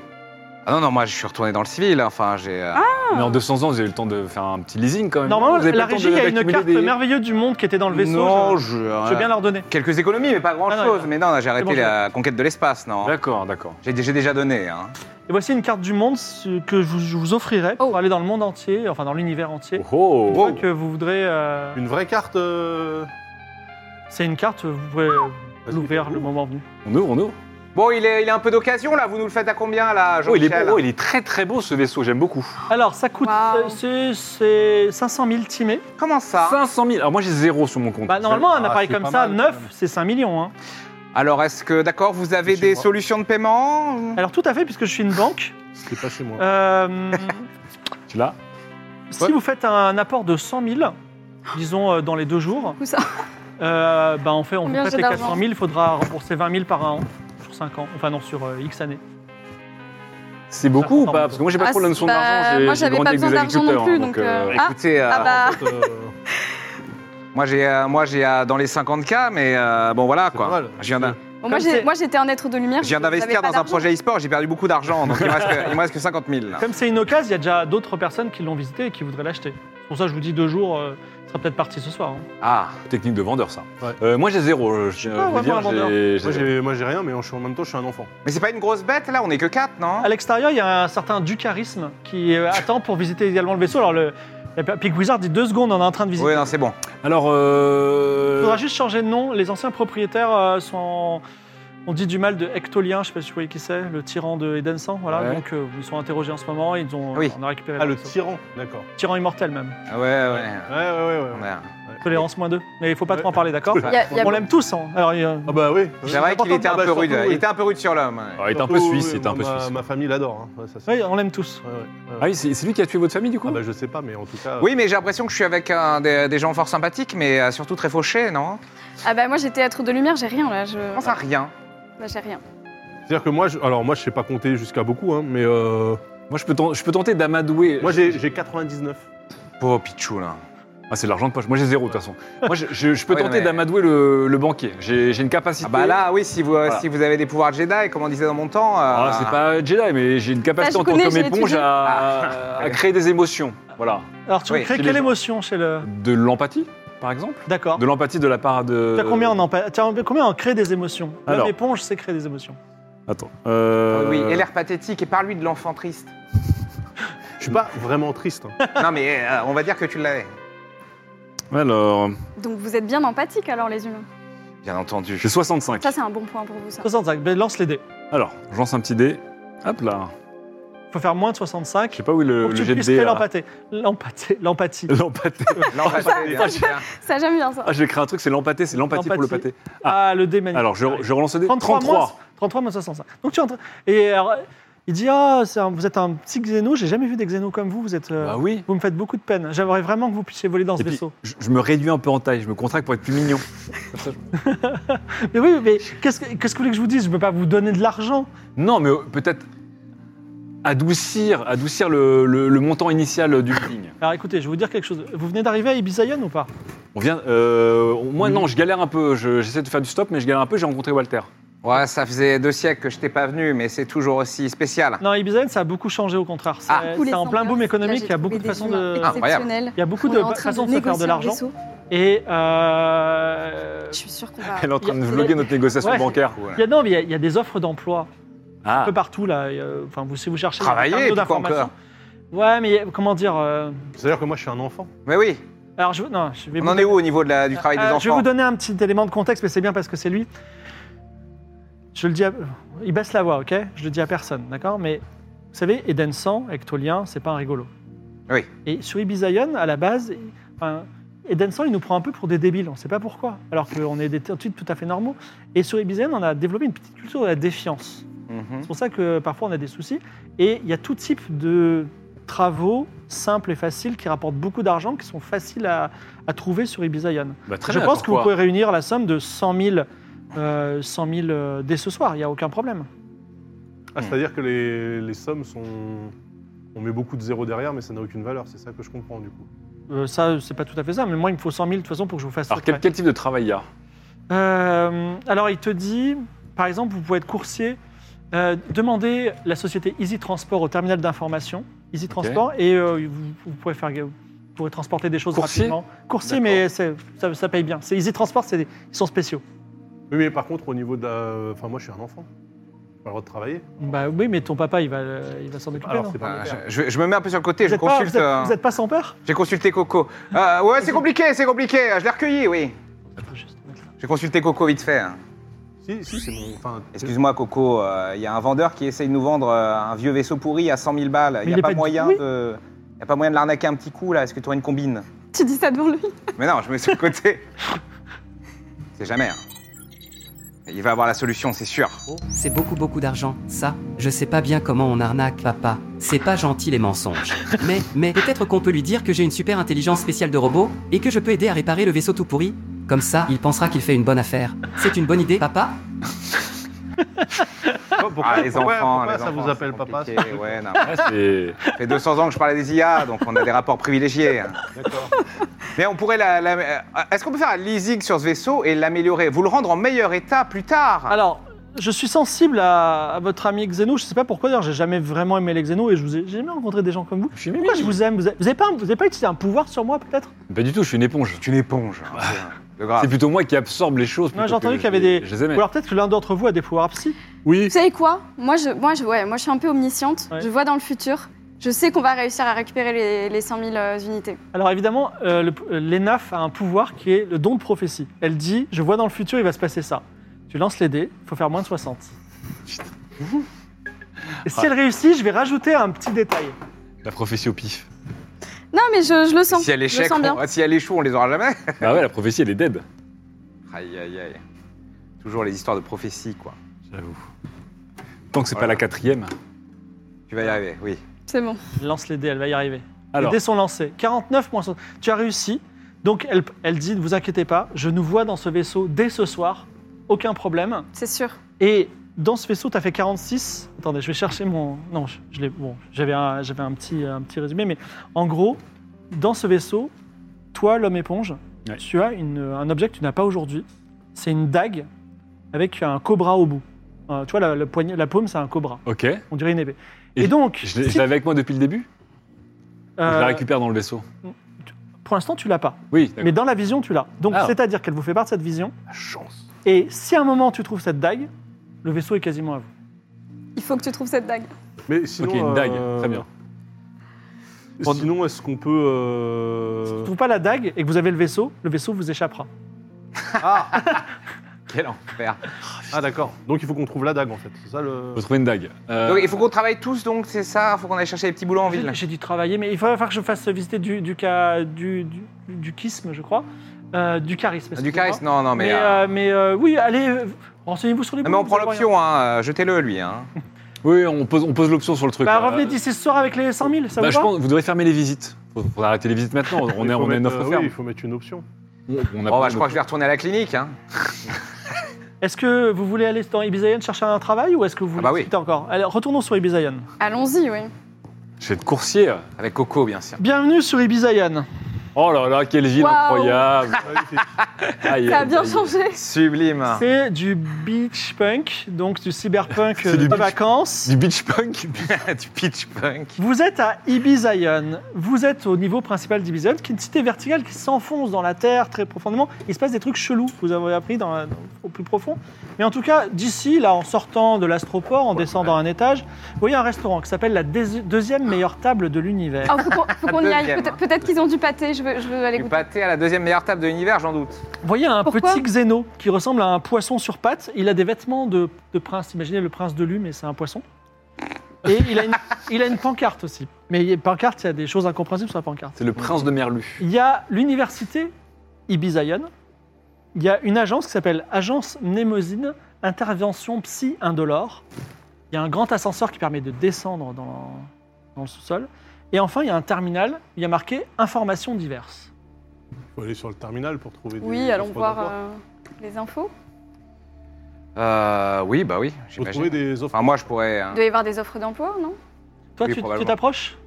Speaker 4: Ah non, non, moi je suis retourné dans le civil. Enfin, j'ai. euh,
Speaker 5: Mais en 200 ans, vous avez eu le temps de faire un petit leasing quand même.
Speaker 1: Ah. Normalement,
Speaker 5: Euh, Vous avez
Speaker 1: la
Speaker 5: pas le temps
Speaker 1: régie, il
Speaker 5: de-
Speaker 1: y a une
Speaker 5: d'accumuler
Speaker 1: carte
Speaker 5: des-
Speaker 1: merveilleuse du monde qui était dans le vaisseau.
Speaker 4: non,
Speaker 1: je,
Speaker 4: je. euh,
Speaker 1: je veux bien leur donner.
Speaker 4: Quelques économies, mais pas grand
Speaker 1: Ah non,
Speaker 4: chose.
Speaker 1: non.
Speaker 4: mais non, j'ai arrêté
Speaker 1: bon, je
Speaker 4: la conquête de l'espace, non.
Speaker 5: D'accord, d'accord.
Speaker 4: J'ai j'ai déjà donné. Hein.
Speaker 1: Et voici une carte du monde ce- que je vous- je vous offrirai
Speaker 6: Oh.
Speaker 1: pour aller dans le monde entier, enfin dans l'univers entier.
Speaker 5: Oh,
Speaker 1: Une fois Que vous voudrez. euh,
Speaker 3: Une vraie carte. euh,
Speaker 1: C'est une carte, vous pouvez
Speaker 3: vas-y.
Speaker 1: l'ouvrir le moment venu.
Speaker 5: On ouvre, on ouvre.
Speaker 4: Bon, il est, il est un peu d'occasion là. Vous nous le faites à combien là,
Speaker 5: Oh, il est
Speaker 4: Jean-Michel
Speaker 5: beau, oh, il est très très beau ce vaisseau, j'aime beaucoup.
Speaker 1: Alors, ça coûte.
Speaker 6: Waouh.
Speaker 1: euh, c'est- C'est 500 000 timés.
Speaker 4: Comment ça
Speaker 5: 500 000. Alors moi j'ai zéro sur mon compte.
Speaker 1: Bah, normalement, un
Speaker 3: Ah,
Speaker 1: appareil
Speaker 3: c'est
Speaker 1: comme
Speaker 3: pas
Speaker 1: ça,
Speaker 3: mal,
Speaker 1: neuf,
Speaker 3: quand même.
Speaker 1: c'est 5 millions. hein.
Speaker 4: Alors, est-ce que, d'accord, vous avez
Speaker 3: Chez
Speaker 4: des
Speaker 3: moi.
Speaker 4: solutions de paiement
Speaker 1: Alors, tout à fait, puisque je suis une banque.
Speaker 3: C'était pas chez moi.
Speaker 1: euh,
Speaker 5: Tu l'as
Speaker 1: si vous faites un apport de 100 000, disons euh, dans les deux jours,
Speaker 6: Où ça
Speaker 1: euh, bah, on, fait, on vous
Speaker 6: Combien
Speaker 1: prête
Speaker 6: j'ai
Speaker 1: les
Speaker 6: d'argent
Speaker 1: 400 000, il faudra rembourser 20 000 par an sur 5 ans, enfin non, sur euh, X années.
Speaker 5: C'est beaucoup ou
Speaker 1: ressemble
Speaker 5: pas Parce que moi j'ai pas
Speaker 6: Ah,
Speaker 5: trop la notion
Speaker 6: bah,
Speaker 5: d'argent. j'ai-
Speaker 6: moi,
Speaker 5: j'ai
Speaker 6: j'avais
Speaker 5: grandi
Speaker 6: pas
Speaker 5: avec
Speaker 6: besoin
Speaker 5: des
Speaker 6: d'argent non
Speaker 5: agriculteurs,
Speaker 6: plus,
Speaker 5: donc,
Speaker 6: donc,
Speaker 5: euh,
Speaker 6: euh,
Speaker 5: écoute,
Speaker 6: Ah,
Speaker 4: Écoutez, euh,
Speaker 6: Ah bah,
Speaker 3: En fait, euh,
Speaker 4: moi j'ai, euh, moi j'ai euh, dans les 50K, mais euh, bon voilà
Speaker 3: C'est
Speaker 4: quoi.
Speaker 3: pas mal.
Speaker 4: Je viens d'un-
Speaker 6: bon, moi,
Speaker 1: Comme
Speaker 6: j'ai-
Speaker 1: c'est-
Speaker 6: moi, j'étais un être de lumière.
Speaker 4: je viens
Speaker 6: vous avez
Speaker 4: d'investir
Speaker 6: pas
Speaker 4: dans un
Speaker 6: d'argent.
Speaker 4: projet e-sport, j'ai perdu beaucoup d'argent, donc il me reste que, il me reste que 50 000. là.
Speaker 1: Comme c'est une occasion, il y a déjà d'autres personnes qui l'ont visité et qui voudraient l'acheter. C'est pour ça que je vous dis deux jours, euh, il sera peut-être parti ce soir. hein.
Speaker 4: Ah,
Speaker 5: Technique de vendeur ça.
Speaker 3: Ouais.
Speaker 5: Euh, moi j'ai zéro. euh, Je,
Speaker 1: Ah,
Speaker 5: vous
Speaker 1: vraiment un
Speaker 5: dire,
Speaker 1: vendeur.
Speaker 5: j'ai- j'ai
Speaker 3: euh, moi,
Speaker 5: zéro.
Speaker 3: j'ai- moi, j'ai rien, mais en, je suis- en même temps, je suis un enfant.
Speaker 4: mais c'est pas une grosse bête là, on est que 4, non
Speaker 1: À l'extérieur, il y a un certain Ducarisme qui euh, attend pour visiter également le vaisseau. Alors, le, la Pig Wizard dit deux secondes, on est en train de visiter.
Speaker 4: Oui, non, c'est bon.
Speaker 5: Alors,
Speaker 1: Il
Speaker 5: euh...
Speaker 1: faudra juste changer de nom. Les anciens propriétaires euh, sont. en- On dit du mal de Hectolien, je sais pas si vous voyez qui c'est, le tyran de Edensan. Voilà,
Speaker 5: Ouais.
Speaker 1: donc euh, ils sont interrogés en ce moment. Ils ont,
Speaker 4: Ah oui.
Speaker 1: On a récupéré
Speaker 3: Ah,
Speaker 1: le
Speaker 3: le
Speaker 1: vaisseau.
Speaker 3: tyran, d'accord.
Speaker 1: tyran immortel même.
Speaker 4: Ah Ouais, ouais.
Speaker 3: Ouais, ouais, ouais. ouais.
Speaker 4: Merde.
Speaker 1: Tolérance moins 2. Mais il faut pas
Speaker 3: Ouais.
Speaker 1: trop en parler, d'accord
Speaker 6: Il y a- il y a-
Speaker 1: On l'aime tous. hein. Alors, il y a-
Speaker 3: Ah, bah oui.
Speaker 4: C'est vrai qu'il était
Speaker 3: Ah,
Speaker 4: un
Speaker 3: bah,
Speaker 4: peu rude,
Speaker 3: surtout,
Speaker 4: il
Speaker 3: oui.
Speaker 4: était un peu rude sur l'homme. ouais.
Speaker 5: alors, Ah, il est un peu
Speaker 3: Surtout,
Speaker 5: suisse,
Speaker 3: oui,
Speaker 5: il est un peu
Speaker 3: moi, ma-
Speaker 5: suisse.
Speaker 3: Ma famille l'adore. hein. Ouais, ça, c'est-
Speaker 1: oui, on l'aime tous.
Speaker 3: Ouais, ouais, ouais.
Speaker 5: Ah oui, c'est c'est lui qui a tué votre famille du coup
Speaker 3: Ah bah je sais pas, mais en tout cas.
Speaker 4: Oui, mais j'ai l'impression que je suis avec un des, des gens fort sympathiques, mais euh, surtout très fauchés, non
Speaker 6: Ah bah, moi, j'étais être de lumière, j'ai rien là. Je...
Speaker 4: Je pense à rien.
Speaker 6: Bah, j'ai rien.
Speaker 3: C'est-à-dire que moi, je... alors moi je sais pas compter jusqu'à beaucoup, hein, mais euh,
Speaker 5: Moi je peux, ten- je peux tenter d'amadouer.
Speaker 3: moi j'ai j'ai 99.
Speaker 4: Pauvre Pichou là.
Speaker 5: Ah, c'est de l'argent de poche. Moi, j'ai zéro, de toute façon. Moi, je, je- je peux
Speaker 4: Oui,
Speaker 5: tenter
Speaker 4: mais-
Speaker 5: d'amadouer le, le banquier. J'ai j'ai une capacité.
Speaker 4: Ah bah là, oui, si vous,
Speaker 5: Voilà.
Speaker 4: si vous avez des pouvoirs Jedi, comme on disait dans mon temps. euh,
Speaker 5: Ah, c'est pas Jedi, mais j'ai une capacité
Speaker 6: Ah, je
Speaker 5: en tant
Speaker 6: connais,
Speaker 5: qu'homme
Speaker 6: j'ai
Speaker 5: éponge
Speaker 6: étudié.
Speaker 5: à,
Speaker 4: Ah.
Speaker 5: à créer des émotions. Voilà.
Speaker 1: Alors, tu
Speaker 4: Oui,
Speaker 1: veux créer
Speaker 5: chez
Speaker 1: quelle
Speaker 5: les gens.
Speaker 1: émotion chez le.
Speaker 5: De l'empathie, par exemple
Speaker 1: D'accord.
Speaker 5: De l'empathie de la part de.
Speaker 1: T'as combien en empa- t'as combien en créer des émotions L'homme
Speaker 5: Alors.
Speaker 1: éponge sait créer des émotions.
Speaker 5: Attends.
Speaker 4: Ah
Speaker 5: euh,
Speaker 4: Oui, et l'air pathétique, et parle-lui de l'enfant triste.
Speaker 3: Je suis pas vraiment triste. hein.
Speaker 4: non, mais euh, on va dire que tu l'avais.
Speaker 5: Alors,
Speaker 6: Donc, vous êtes bien empathique alors, les humains.
Speaker 4: Bien entendu.
Speaker 5: j'ai 65.
Speaker 6: Ça, c'est un bon point pour vous, ça.
Speaker 1: 65, ben, lance les dés.
Speaker 5: Alors, je lance un petit dé. Hop là.
Speaker 1: faut faire moins de
Speaker 5: Je
Speaker 1: 65
Speaker 5: sais pas où est le,
Speaker 1: pour que
Speaker 5: le
Speaker 1: tu
Speaker 5: jet de
Speaker 1: puisses
Speaker 5: dé.
Speaker 1: créer
Speaker 5: là. Euh,
Speaker 1: l'empathie. L'empathie. L'empathie.
Speaker 5: L'empathie.
Speaker 4: L'empathie, bien sûr.
Speaker 6: Ça, j'aime bien ça.
Speaker 5: Ah, j'ai créé un truc, c'est l'empathie, c'est l'empathie pour le pâté.
Speaker 1: Ah, le dé magnifique.
Speaker 5: Alors, je, je relance le dé.
Speaker 1: 33, Moins, 33 moins 65. Donc tu entres. Et alors, il dit Ah, c'est un- vous êtes un petit xéno, j'ai jamais vu des xénos comme vous, vous êtes. euh,
Speaker 5: Bah oui.
Speaker 1: Vous me faites beaucoup de peine. J'aimerais vraiment que vous puissiez voler dans ce
Speaker 5: Et puis,
Speaker 1: vaisseau.
Speaker 5: je, je me réduis un peu en taille, je me contracte pour être plus mignon.
Speaker 1: Mais oui, mais qu'est-ce que, qu'est-ce que vous voulez que je vous dise Je ne peux pas vous donner de l'argent.
Speaker 5: Non, mais euh, peut-être adoucir, adoucir le, le- le montant initial du meeting.
Speaker 1: Alors écoutez, je vais vous dire quelque chose. Vous venez d'arriver à Ibizaïon ou pas
Speaker 5: On vient, euh, moi non, je galère un peu, je- j'essaie de faire du stop, mais je galère un peu, j'ai rencontré Walter.
Speaker 4: Ouais, ça faisait deux siècles que je t'ai pas venu, mais c'est toujours aussi spécial.
Speaker 1: Non, Ibiza, ça a beaucoup changé au contraire. C'est
Speaker 4: Ah.
Speaker 1: Euh, c'est en plein boom économique, il y a beaucoup de façons de.
Speaker 4: Ah, incroyable.
Speaker 6: Exceptionnel.
Speaker 1: Il y a beaucoup de façons de se faire de l'argent. Et euh,
Speaker 6: Je suis sûre bah, qu'on va.
Speaker 5: Elle est en train de
Speaker 1: Il y a-
Speaker 5: vlogger notre négociation
Speaker 1: Ouais.
Speaker 5: bancaire.
Speaker 1: il y a, non, mais il y a, il y a des offres d'emploi un
Speaker 5: Ah,
Speaker 1: peu partout là. Il y a- Enfin, vous, si vous cherchez
Speaker 4: Travailler,
Speaker 1: terminaux
Speaker 4: et puis quoi encore
Speaker 1: Ouais, mais comment dire euh,
Speaker 3: C'est-à-dire que moi, je suis un enfant.
Speaker 4: Mais oui,
Speaker 1: Alors, je, non, je vais
Speaker 4: on
Speaker 1: vous
Speaker 4: en est où au niveau de la- du travail des
Speaker 1: Euh,
Speaker 4: enfants
Speaker 1: Je vais vous donner un petit élément de contexte, mais c'est bien parce que c'est lui. Je le dis à... Il baisse la voix, ok Je le dis à personne, d'accord Mais vous savez, Eden 100, Ectolien, c'est pas un rigolo.
Speaker 4: Oui.
Speaker 1: Et sur Ibizaïon, à la base, il- enfin, Eden 100, il nous prend un peu pour des débiles, on ne sait pas pourquoi, alors qu'on est des types tout à fait normaux. Et sur Ibizaïon, on a développé une petite culture de la défiance.
Speaker 4: Mhm.
Speaker 1: C'est pour ça que parfois on a des soucis. Et il y a tout type de travaux simples et faciles qui rapportent beaucoup d'argent, qui sont faciles à, à trouver sur Ibizaïon
Speaker 5: bah, très
Speaker 1: je
Speaker 5: bien,
Speaker 1: pense que vous
Speaker 5: pourquoi
Speaker 1: pouvez réunir la somme de 100 000, euh, 100 000, euh, dès ce soir, il n'y a aucun problème.
Speaker 4: Hmm.
Speaker 3: Ah, c'est-à-dire que les, les sommes sont. On met beaucoup de zéros derrière, mais ça n'a aucune valeur. C'est ça que je comprends, du coup.
Speaker 1: Euh, ça, c'est pas tout à fait ça, mais moi, il me faut 100 000 de toute façon pour que je vous fasse
Speaker 5: Alors,
Speaker 1: secret.
Speaker 5: quel, quel type de travail il y a
Speaker 1: Euh, alors, il te dit, par exemple, vous pouvez être coursier, euh, demandez la société Easy Transport au terminal d'information, Easy Transport, et euh, vous, vous pourrez faire... Vous pourrez transporter des choses
Speaker 5: Coursier
Speaker 1: rapidement. Coursier, mais c'est- ça, ça paye bien. C'est Easy Transport, c'est des- ils sont spéciaux.
Speaker 3: Oui, mais par contre, au niveau de la. Enfin, moi, je suis un enfant. J'ai pas le droit de travailler.
Speaker 1: Bah oui, mais ton papa, il va, il va
Speaker 5: Ah,
Speaker 1: s'en occuper.
Speaker 3: Alors,
Speaker 1: non
Speaker 3: c'est pas
Speaker 4: Euh,
Speaker 3: mon père.
Speaker 4: je- je, je me mets un peu sur le côté,
Speaker 1: vous
Speaker 4: je
Speaker 1: n'êtes pas,
Speaker 4: consulte.
Speaker 1: vous êtes-
Speaker 4: euh,
Speaker 1: vous êtes pas sans peur
Speaker 4: J'ai consulté Coco. Euh, ouais, c'est compliqué, c'est compliqué. Je l'ai recueilli, oui. J'ai consulté Coco vite fait. hein.
Speaker 3: Si, si, c'est mon. Enfin,
Speaker 4: Excuse-moi, Coco, euh, il y a un vendeur qui essaye de nous vendre euh, un vieux vaisseau pourri à 100 000 balles.
Speaker 1: il
Speaker 4: Il n'y
Speaker 1: est
Speaker 4: a pas
Speaker 1: pas
Speaker 4: moyen
Speaker 1: du- oui.
Speaker 4: de. Y a pas moyen de l'arnaquer un petit coup là, est-ce que tu aurais une combine
Speaker 6: Tu dis ça devant lui.
Speaker 4: Mais non, je me mets sur le côté. c'est jamais. hein. Il va avoir la solution, c'est sûr.
Speaker 1: Oh.
Speaker 9: C'est beaucoup beaucoup d'argent, ça. Je sais pas bien comment on arnaque papa. C'est pas gentil les mensonges. Mais, mais peut-être qu'on peut lui dire que j'ai une super intelligence spéciale de robot et que je peux aider à réparer le vaisseau tout pourri. Comme ça, il pensera qu'il fait une bonne affaire. C'est une bonne idée, papa
Speaker 3: pourquoi,
Speaker 4: ah, les
Speaker 3: pourquoi-
Speaker 4: enfants,
Speaker 3: pourquoi
Speaker 4: les
Speaker 3: ça
Speaker 4: enfants,
Speaker 3: vous
Speaker 4: c'est
Speaker 3: appelle papa
Speaker 4: compliqué. Ouais, non.
Speaker 5: Ouais, Ah, c'est-
Speaker 4: Ça fait 200 ans que je parle des IA, donc on a des rapports privilégiés. hein.
Speaker 3: D'accord.
Speaker 4: Mais on pourrait la. la- euh, Est-ce qu'on peut faire un leasing sur ce vaisseau et l'améliorer Vous le rendre en meilleur état plus tard
Speaker 1: Alors, je suis sensible à, à votre ami Xeno. Je ne sais pas pourquoi d'ailleurs, j'ai jamais vraiment aimé les Xeno et je vous ai j'ai jamais rencontré des gens comme vous.
Speaker 5: Je suis une
Speaker 1: Pourquoi
Speaker 5: éponge.
Speaker 1: je vous aime Vous n'avez pas, un- vous avez pas utilisé un pouvoir sur moi peut-être
Speaker 5: Pas du tout, je suis une éponge.
Speaker 4: C'est une éponge. hein, c'est- de grave.
Speaker 5: C'est plutôt moi qui absorbe les choses.
Speaker 1: Non,
Speaker 5: plutôt
Speaker 1: j'ai entendu
Speaker 5: que
Speaker 1: qu'il y avait
Speaker 5: je les-
Speaker 1: des.
Speaker 5: Je les aimais.
Speaker 1: Ou alors peut-être que l'un d'entre vous a des pouvoirs psy.
Speaker 5: Oui.
Speaker 6: Vous savez quoi moi je, moi, je, ouais, moi, je suis un peu omnisciente.
Speaker 1: Ouais.
Speaker 6: Je vois dans le futur. Je sais qu'on va réussir à récupérer les, les 100 000 euh, unités.
Speaker 1: Alors évidemment, euh, le- euh, l'ENAF a un pouvoir qui est le don de prophétie. Elle dit Je vois dans le futur, il va se passer ça. Tu lances les dés, il faut faire moins de 60. Et si elle réussit, je vais rajouter un petit détail.
Speaker 5: La prophétie au pif.
Speaker 6: Non, mais je, je le sens.
Speaker 4: Si elle
Speaker 6: je le
Speaker 4: échec,
Speaker 6: sens bien.
Speaker 4: on- si elle échoue, on les aura jamais.
Speaker 5: Ah ouais, la prophétie, elle est dead.
Speaker 4: Aïe, aïe, aïe. Toujours les histoires de prophétie, quoi.
Speaker 5: J'avoue. Tant que c'est
Speaker 4: Voilà.
Speaker 5: pas la quatrième.
Speaker 3: Ah.
Speaker 4: Tu vas y arriver, oui.
Speaker 6: C'est bon.
Speaker 1: Lance les dés, elle va y arriver.
Speaker 5: Alors,
Speaker 1: Les dés sont lancés. 49 moins 60. Tu as réussi. Donc elle, elle dit, ne vous inquiétez pas, je nous vois dans ce vaisseau dès ce soir. Aucun problème.
Speaker 6: C'est sûr.
Speaker 1: Et dans ce vaisseau, tu as fait 46. Attendez, je vais chercher mon... Non, je, je l'ai... Bon, j'avais un, j'avais un, petit, un petit résumé. Mais en gros, dans ce vaisseau, toi, l'homme éponge,
Speaker 5: Ouais.
Speaker 1: tu as une- un objet que tu n'as pas aujourd'hui. C'est une dague avec un cobra au bout. Euh, tu vois, la, la poignée- la paume, c'est un cobra.
Speaker 5: ok.
Speaker 1: On dirait une épée. Et,
Speaker 5: Et
Speaker 1: donc...
Speaker 5: Je l'ai-
Speaker 1: si-
Speaker 5: je l'avais avec moi depuis le début Ou Je
Speaker 1: euh,
Speaker 5: la récupère dans le vaisseau.
Speaker 1: pour l'instant, tu l'as pas.
Speaker 5: Oui, d'accord.
Speaker 1: Mais dans la vision, tu l'as. Donc,
Speaker 5: Ah.
Speaker 1: c'est-à-dire qu'elle vous fait part de cette vision.
Speaker 3: La chance.
Speaker 1: Et si à un moment tu trouves cette dague, le vaisseau est quasiment à vous.
Speaker 6: Il faut que tu trouves cette dague.
Speaker 3: Mais sinon.
Speaker 5: Ok, une dague.
Speaker 3: euh,
Speaker 5: Très bien.
Speaker 3: Sinon, est-ce qu'on peut. euh,
Speaker 1: Si tu trouves pas la dague et que vous avez le vaisseau, le vaisseau vous échappera.
Speaker 4: Ah Quel enfer.
Speaker 3: Ah, d'accord. Donc, il faut qu'on trouve la dague, en fait. C'est ça le.
Speaker 5: Faut trouver une dague. Euh,
Speaker 4: Donc, il faut qu'on travaille tous, donc, c'est ça Faut qu'on aille chercher les petits boulots en ville
Speaker 1: J'ai j'ai dû travailler, mais il va falloir que je fasse visiter du du ca- du, du, du kisme, je crois, Euh, du charisme.
Speaker 4: Ah, Du
Speaker 1: excusez-moi.
Speaker 4: charisme Non, non, mais.
Speaker 1: Mais,
Speaker 4: euh,
Speaker 1: euh, mais, euh, oui, allez, euh, renseignez-vous sur les.
Speaker 4: non, mais on
Speaker 1: boulots,
Speaker 4: prend
Speaker 1: vous allez
Speaker 4: l'option, hein. euh, Jetez-le, lui, hein.
Speaker 3: Bah,
Speaker 5: Oui, on pose, on pose l'option sur le truc.
Speaker 1: voir.
Speaker 5: là.
Speaker 1: Bah, revenez d'ici ce soir avec les 100 000, ça
Speaker 5: Bah,
Speaker 1: vous
Speaker 5: je
Speaker 1: va
Speaker 5: pense vous devez fermer les visites. Faut, faut arrêter les visites maintenant. On
Speaker 3: Il
Speaker 5: est,
Speaker 3: faut
Speaker 5: on est une
Speaker 3: mettre,
Speaker 5: offre
Speaker 3: euh,
Speaker 5: ferme.
Speaker 3: oui, il faut mettre une option.
Speaker 5: On a
Speaker 4: Bon,
Speaker 5: pas
Speaker 4: bah,
Speaker 5: de-
Speaker 4: je crois que je vais retourner à la clinique, hein.
Speaker 1: Est-ce que vous voulez aller dans Ibizaïon chercher un travail ou est-ce que vous voulez
Speaker 4: bah oui.
Speaker 1: discuter encore Allez, retournons sur Ibizaïon.
Speaker 6: Allons-y, oui.
Speaker 5: je vais être coursier.
Speaker 3: Oh,
Speaker 4: Avec Coco, bien sûr.
Speaker 1: Bienvenue sur Ibizaïon.
Speaker 5: Oh là là, quel gil
Speaker 6: Waouh.
Speaker 5: incroyable
Speaker 3: Magnifique.
Speaker 5: Aïe,
Speaker 6: Ça a
Speaker 5: aïe,
Speaker 6: bien
Speaker 5: aïe.
Speaker 6: changé.
Speaker 4: euh, Sublime.
Speaker 3: Ah.
Speaker 1: C'est du beach punk, donc du cyberpunk
Speaker 3: C'est
Speaker 1: euh,
Speaker 3: du
Speaker 1: de
Speaker 3: beach-
Speaker 1: vacances.
Speaker 3: Du beach punk
Speaker 4: du pitch punk.
Speaker 1: Vous êtes à Ibizaïon. Vous êtes au niveau principal d'Ibizaïon, qui est une cité verticale qui s'enfonce dans la terre très profondément. Il se passe des trucs chelous, vous avez appris dans la- dans- au plus profond. Mais en tout cas, d'ici, là, en sortant de l'astroport, en descendant un étage, vous voyez un restaurant qui s'appelle la deuxi- deuxième meilleure table de l'univers.
Speaker 6: Oh, faut qu'on faut qu'on y aille.
Speaker 4: Deuxième.
Speaker 6: Peut-être peut-être qu'ils ont du pâté. Je veux, je veux aller
Speaker 4: Du
Speaker 6: goûter.
Speaker 4: pâté à la deuxième meilleure table de l'univers, j'en doute.
Speaker 1: Vous voyez un
Speaker 6: Pourquoi
Speaker 1: petit xéno qui ressemble à un poisson sur pattes. Il a des vêtements de, de prince. Imaginez le prince de Lune, mais c'est un poisson. Et il a, une, il a une pancarte aussi. Mais il y a une pancarte, il y a des choses incompréhensibles sur la pancarte.
Speaker 5: C'est le prince de Merlu.
Speaker 1: Il y a l'université Ibizaïon. Il y a une agence qui s'appelle Agence Mnémosine Intervention Psy Indolore. Il y a un grand ascenseur qui permet de descendre dans, dans le sous-sol. Et enfin, il y a un terminal. Il y a marqué Informations diverses.
Speaker 3: Faut aller sur le terminal pour trouver des-
Speaker 6: Oui,
Speaker 3: des
Speaker 6: allons
Speaker 3: offres
Speaker 6: voir
Speaker 3: d'emploi.
Speaker 6: euh, les infos.
Speaker 4: Euh, oui, bah oui,
Speaker 3: Faut trouver
Speaker 4: j'imagine.
Speaker 3: des offres.
Speaker 4: Enfin, moi, je pourrais. hein.
Speaker 6: Il doit y avoir des offres d'emploi, non
Speaker 1: Toi,
Speaker 4: Oui,
Speaker 1: tu- tu
Speaker 4: probablement.
Speaker 1: t'approches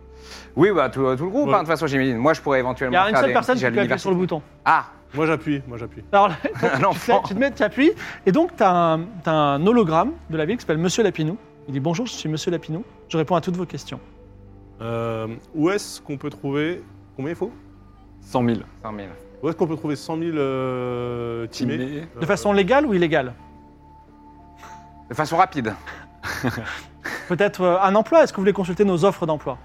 Speaker 4: Oui, bah tout, tout le groupe, hein, de
Speaker 3: Ouais.
Speaker 4: toute façon, j'imagine. Moi, je pourrais éventuellement.
Speaker 1: Il y a une
Speaker 4: faire
Speaker 1: seule
Speaker 4: des
Speaker 1: personne
Speaker 4: petits
Speaker 1: qui
Speaker 4: jeux
Speaker 1: peut appuyer sur le bouton.
Speaker 4: Ah,
Speaker 3: Moi j'appuie, moi j'appuie.
Speaker 1: Alors, là, donc,
Speaker 4: un
Speaker 1: tu, te mets-
Speaker 4: enfant.
Speaker 1: tu te mets, tu appuies, et donc tu as, un hologramme de la ville qui s'appelle Monsieur Lapinou. Il dit Bonjour, je suis Monsieur Lapinou, je réponds à toutes vos questions.
Speaker 3: Euh, où est-ce qu'on peut trouver. Combien il faut
Speaker 5: 100 000.
Speaker 4: 100 000.
Speaker 3: Où est-ce qu'on peut trouver 100 000 euh, timés
Speaker 5: Timés.
Speaker 1: De façon légale ou illégale
Speaker 4: De façon rapide.
Speaker 1: Peut-être euh, un emploi Est-ce que vous voulez consulter nos offres d'emploi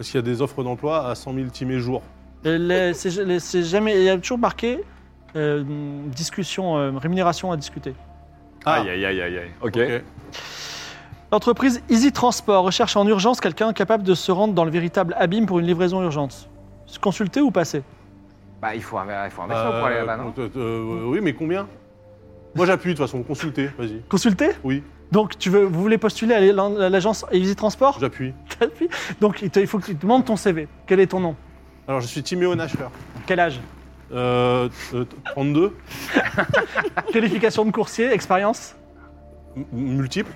Speaker 3: Est-ce qu'il y a des offres d'emploi à 100 000 timés jour
Speaker 1: Et Euh, les- c'est- les- c'est jamais- Il y a toujours marqué euh, discussion, euh, rémunération à discuter.
Speaker 4: Ah,
Speaker 1: Ah,
Speaker 5: Aïe, aïe, aïe, aïe, aïe.
Speaker 4: Oh,
Speaker 5: Ok.
Speaker 3: Ok.
Speaker 1: L'entreprise Easy Transport recherche en urgence quelqu'un capable de se rendre dans le véritable abîme pour une livraison urgente. Se consulter ou passer
Speaker 4: Bah, il faut un, il faut un vaisseau pour aller
Speaker 3: Euh,
Speaker 4: là-bas, non
Speaker 3: euh, euh, Oui, mais combien Moi j'appuie de toute façon, consultez, vas-y.
Speaker 1: Consulter
Speaker 3: Oui,
Speaker 1: Donc tu veux, vous voulez postuler à l'agence Easy Transport
Speaker 3: j'appuie.
Speaker 1: Tapis. Donc il, te- il faut que tu demandes ton CV. Quel est ton nom
Speaker 3: Alors je suis Timéo Nashler.
Speaker 1: Quel âge
Speaker 3: Euh, euh, 32,
Speaker 1: Qualification de coursier, expérience
Speaker 3: m- multiple.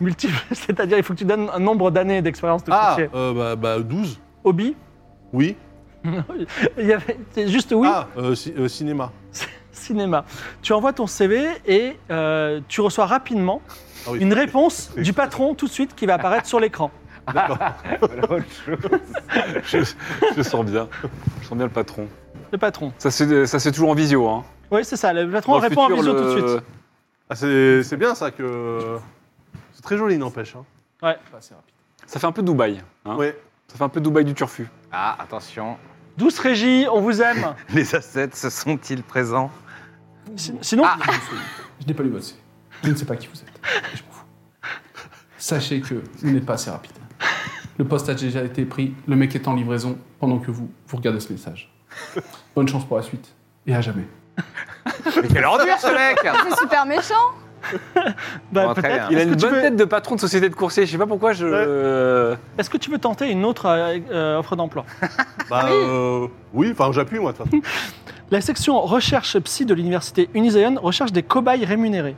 Speaker 1: multiple. C'est-à-dire il faut que tu donnes un nombre d'années d'expérience de
Speaker 3: Ah,
Speaker 1: coursier.
Speaker 3: euh, bah, bah, 12,
Speaker 1: Hobby
Speaker 3: oui.
Speaker 1: Il y avait- c'est juste oui.
Speaker 3: Ah, euh, ci- euh, cinéma.
Speaker 1: Cinéma. Tu envoies ton CV et euh, tu reçois rapidement
Speaker 3: Ah oui.
Speaker 1: une réponse du patron tout de suite qui va apparaître sur l'écran.
Speaker 5: je, je sens bien. Je sens bien le patron.
Speaker 1: Le patron.
Speaker 5: Ça, c'est ça, c'est toujours en visio. Hein.
Speaker 1: Oui, c'est ça. Le patron
Speaker 5: Dans le
Speaker 1: répond
Speaker 5: futur,
Speaker 1: en visio
Speaker 5: le-
Speaker 1: tout de suite.
Speaker 3: Ah, c'est c'est bien ça que. C'est très joli, n'empêche. Hein.
Speaker 5: Ça fait un peu Dubaï. hein.
Speaker 3: Ouais.
Speaker 5: Ça fait un peu Dubaï du turfu.
Speaker 4: Ah, attention.
Speaker 1: Douce régie, on vous aime.
Speaker 4: Les assets se sont-ils présents
Speaker 1: Si- Sinon,
Speaker 10: Je n'ai pas lu votre CV. Je ne sais pas qui vous êtes. Et Je m'en fous. Sachez que vous n'êtes pas assez rapide. Le poste a déjà été pris, le mec est en livraison pendant que vous, vous regardez ce message. Bonne chance pour la suite. Et à jamais.
Speaker 4: Mais quelle ordure, ce mec
Speaker 6: C'est super méchant.
Speaker 1: bah,
Speaker 4: Bon, très
Speaker 1: peut-être.
Speaker 4: bien.
Speaker 5: Il a
Speaker 1: Est-ce
Speaker 5: une
Speaker 1: que tu
Speaker 5: bonne
Speaker 1: veux-
Speaker 5: tête de patron de société de coursier. Je sais pas pourquoi je.
Speaker 1: Est-ce que tu veux tenter une autre euh, euh, offre d'emploi
Speaker 4: Ah
Speaker 3: Bah,
Speaker 6: Oui.
Speaker 3: euh, oui, enfin, j'appuie, moi, de toute façon.
Speaker 1: La section recherche psy de l'université Unisayon recherche des cobayes rémunérés.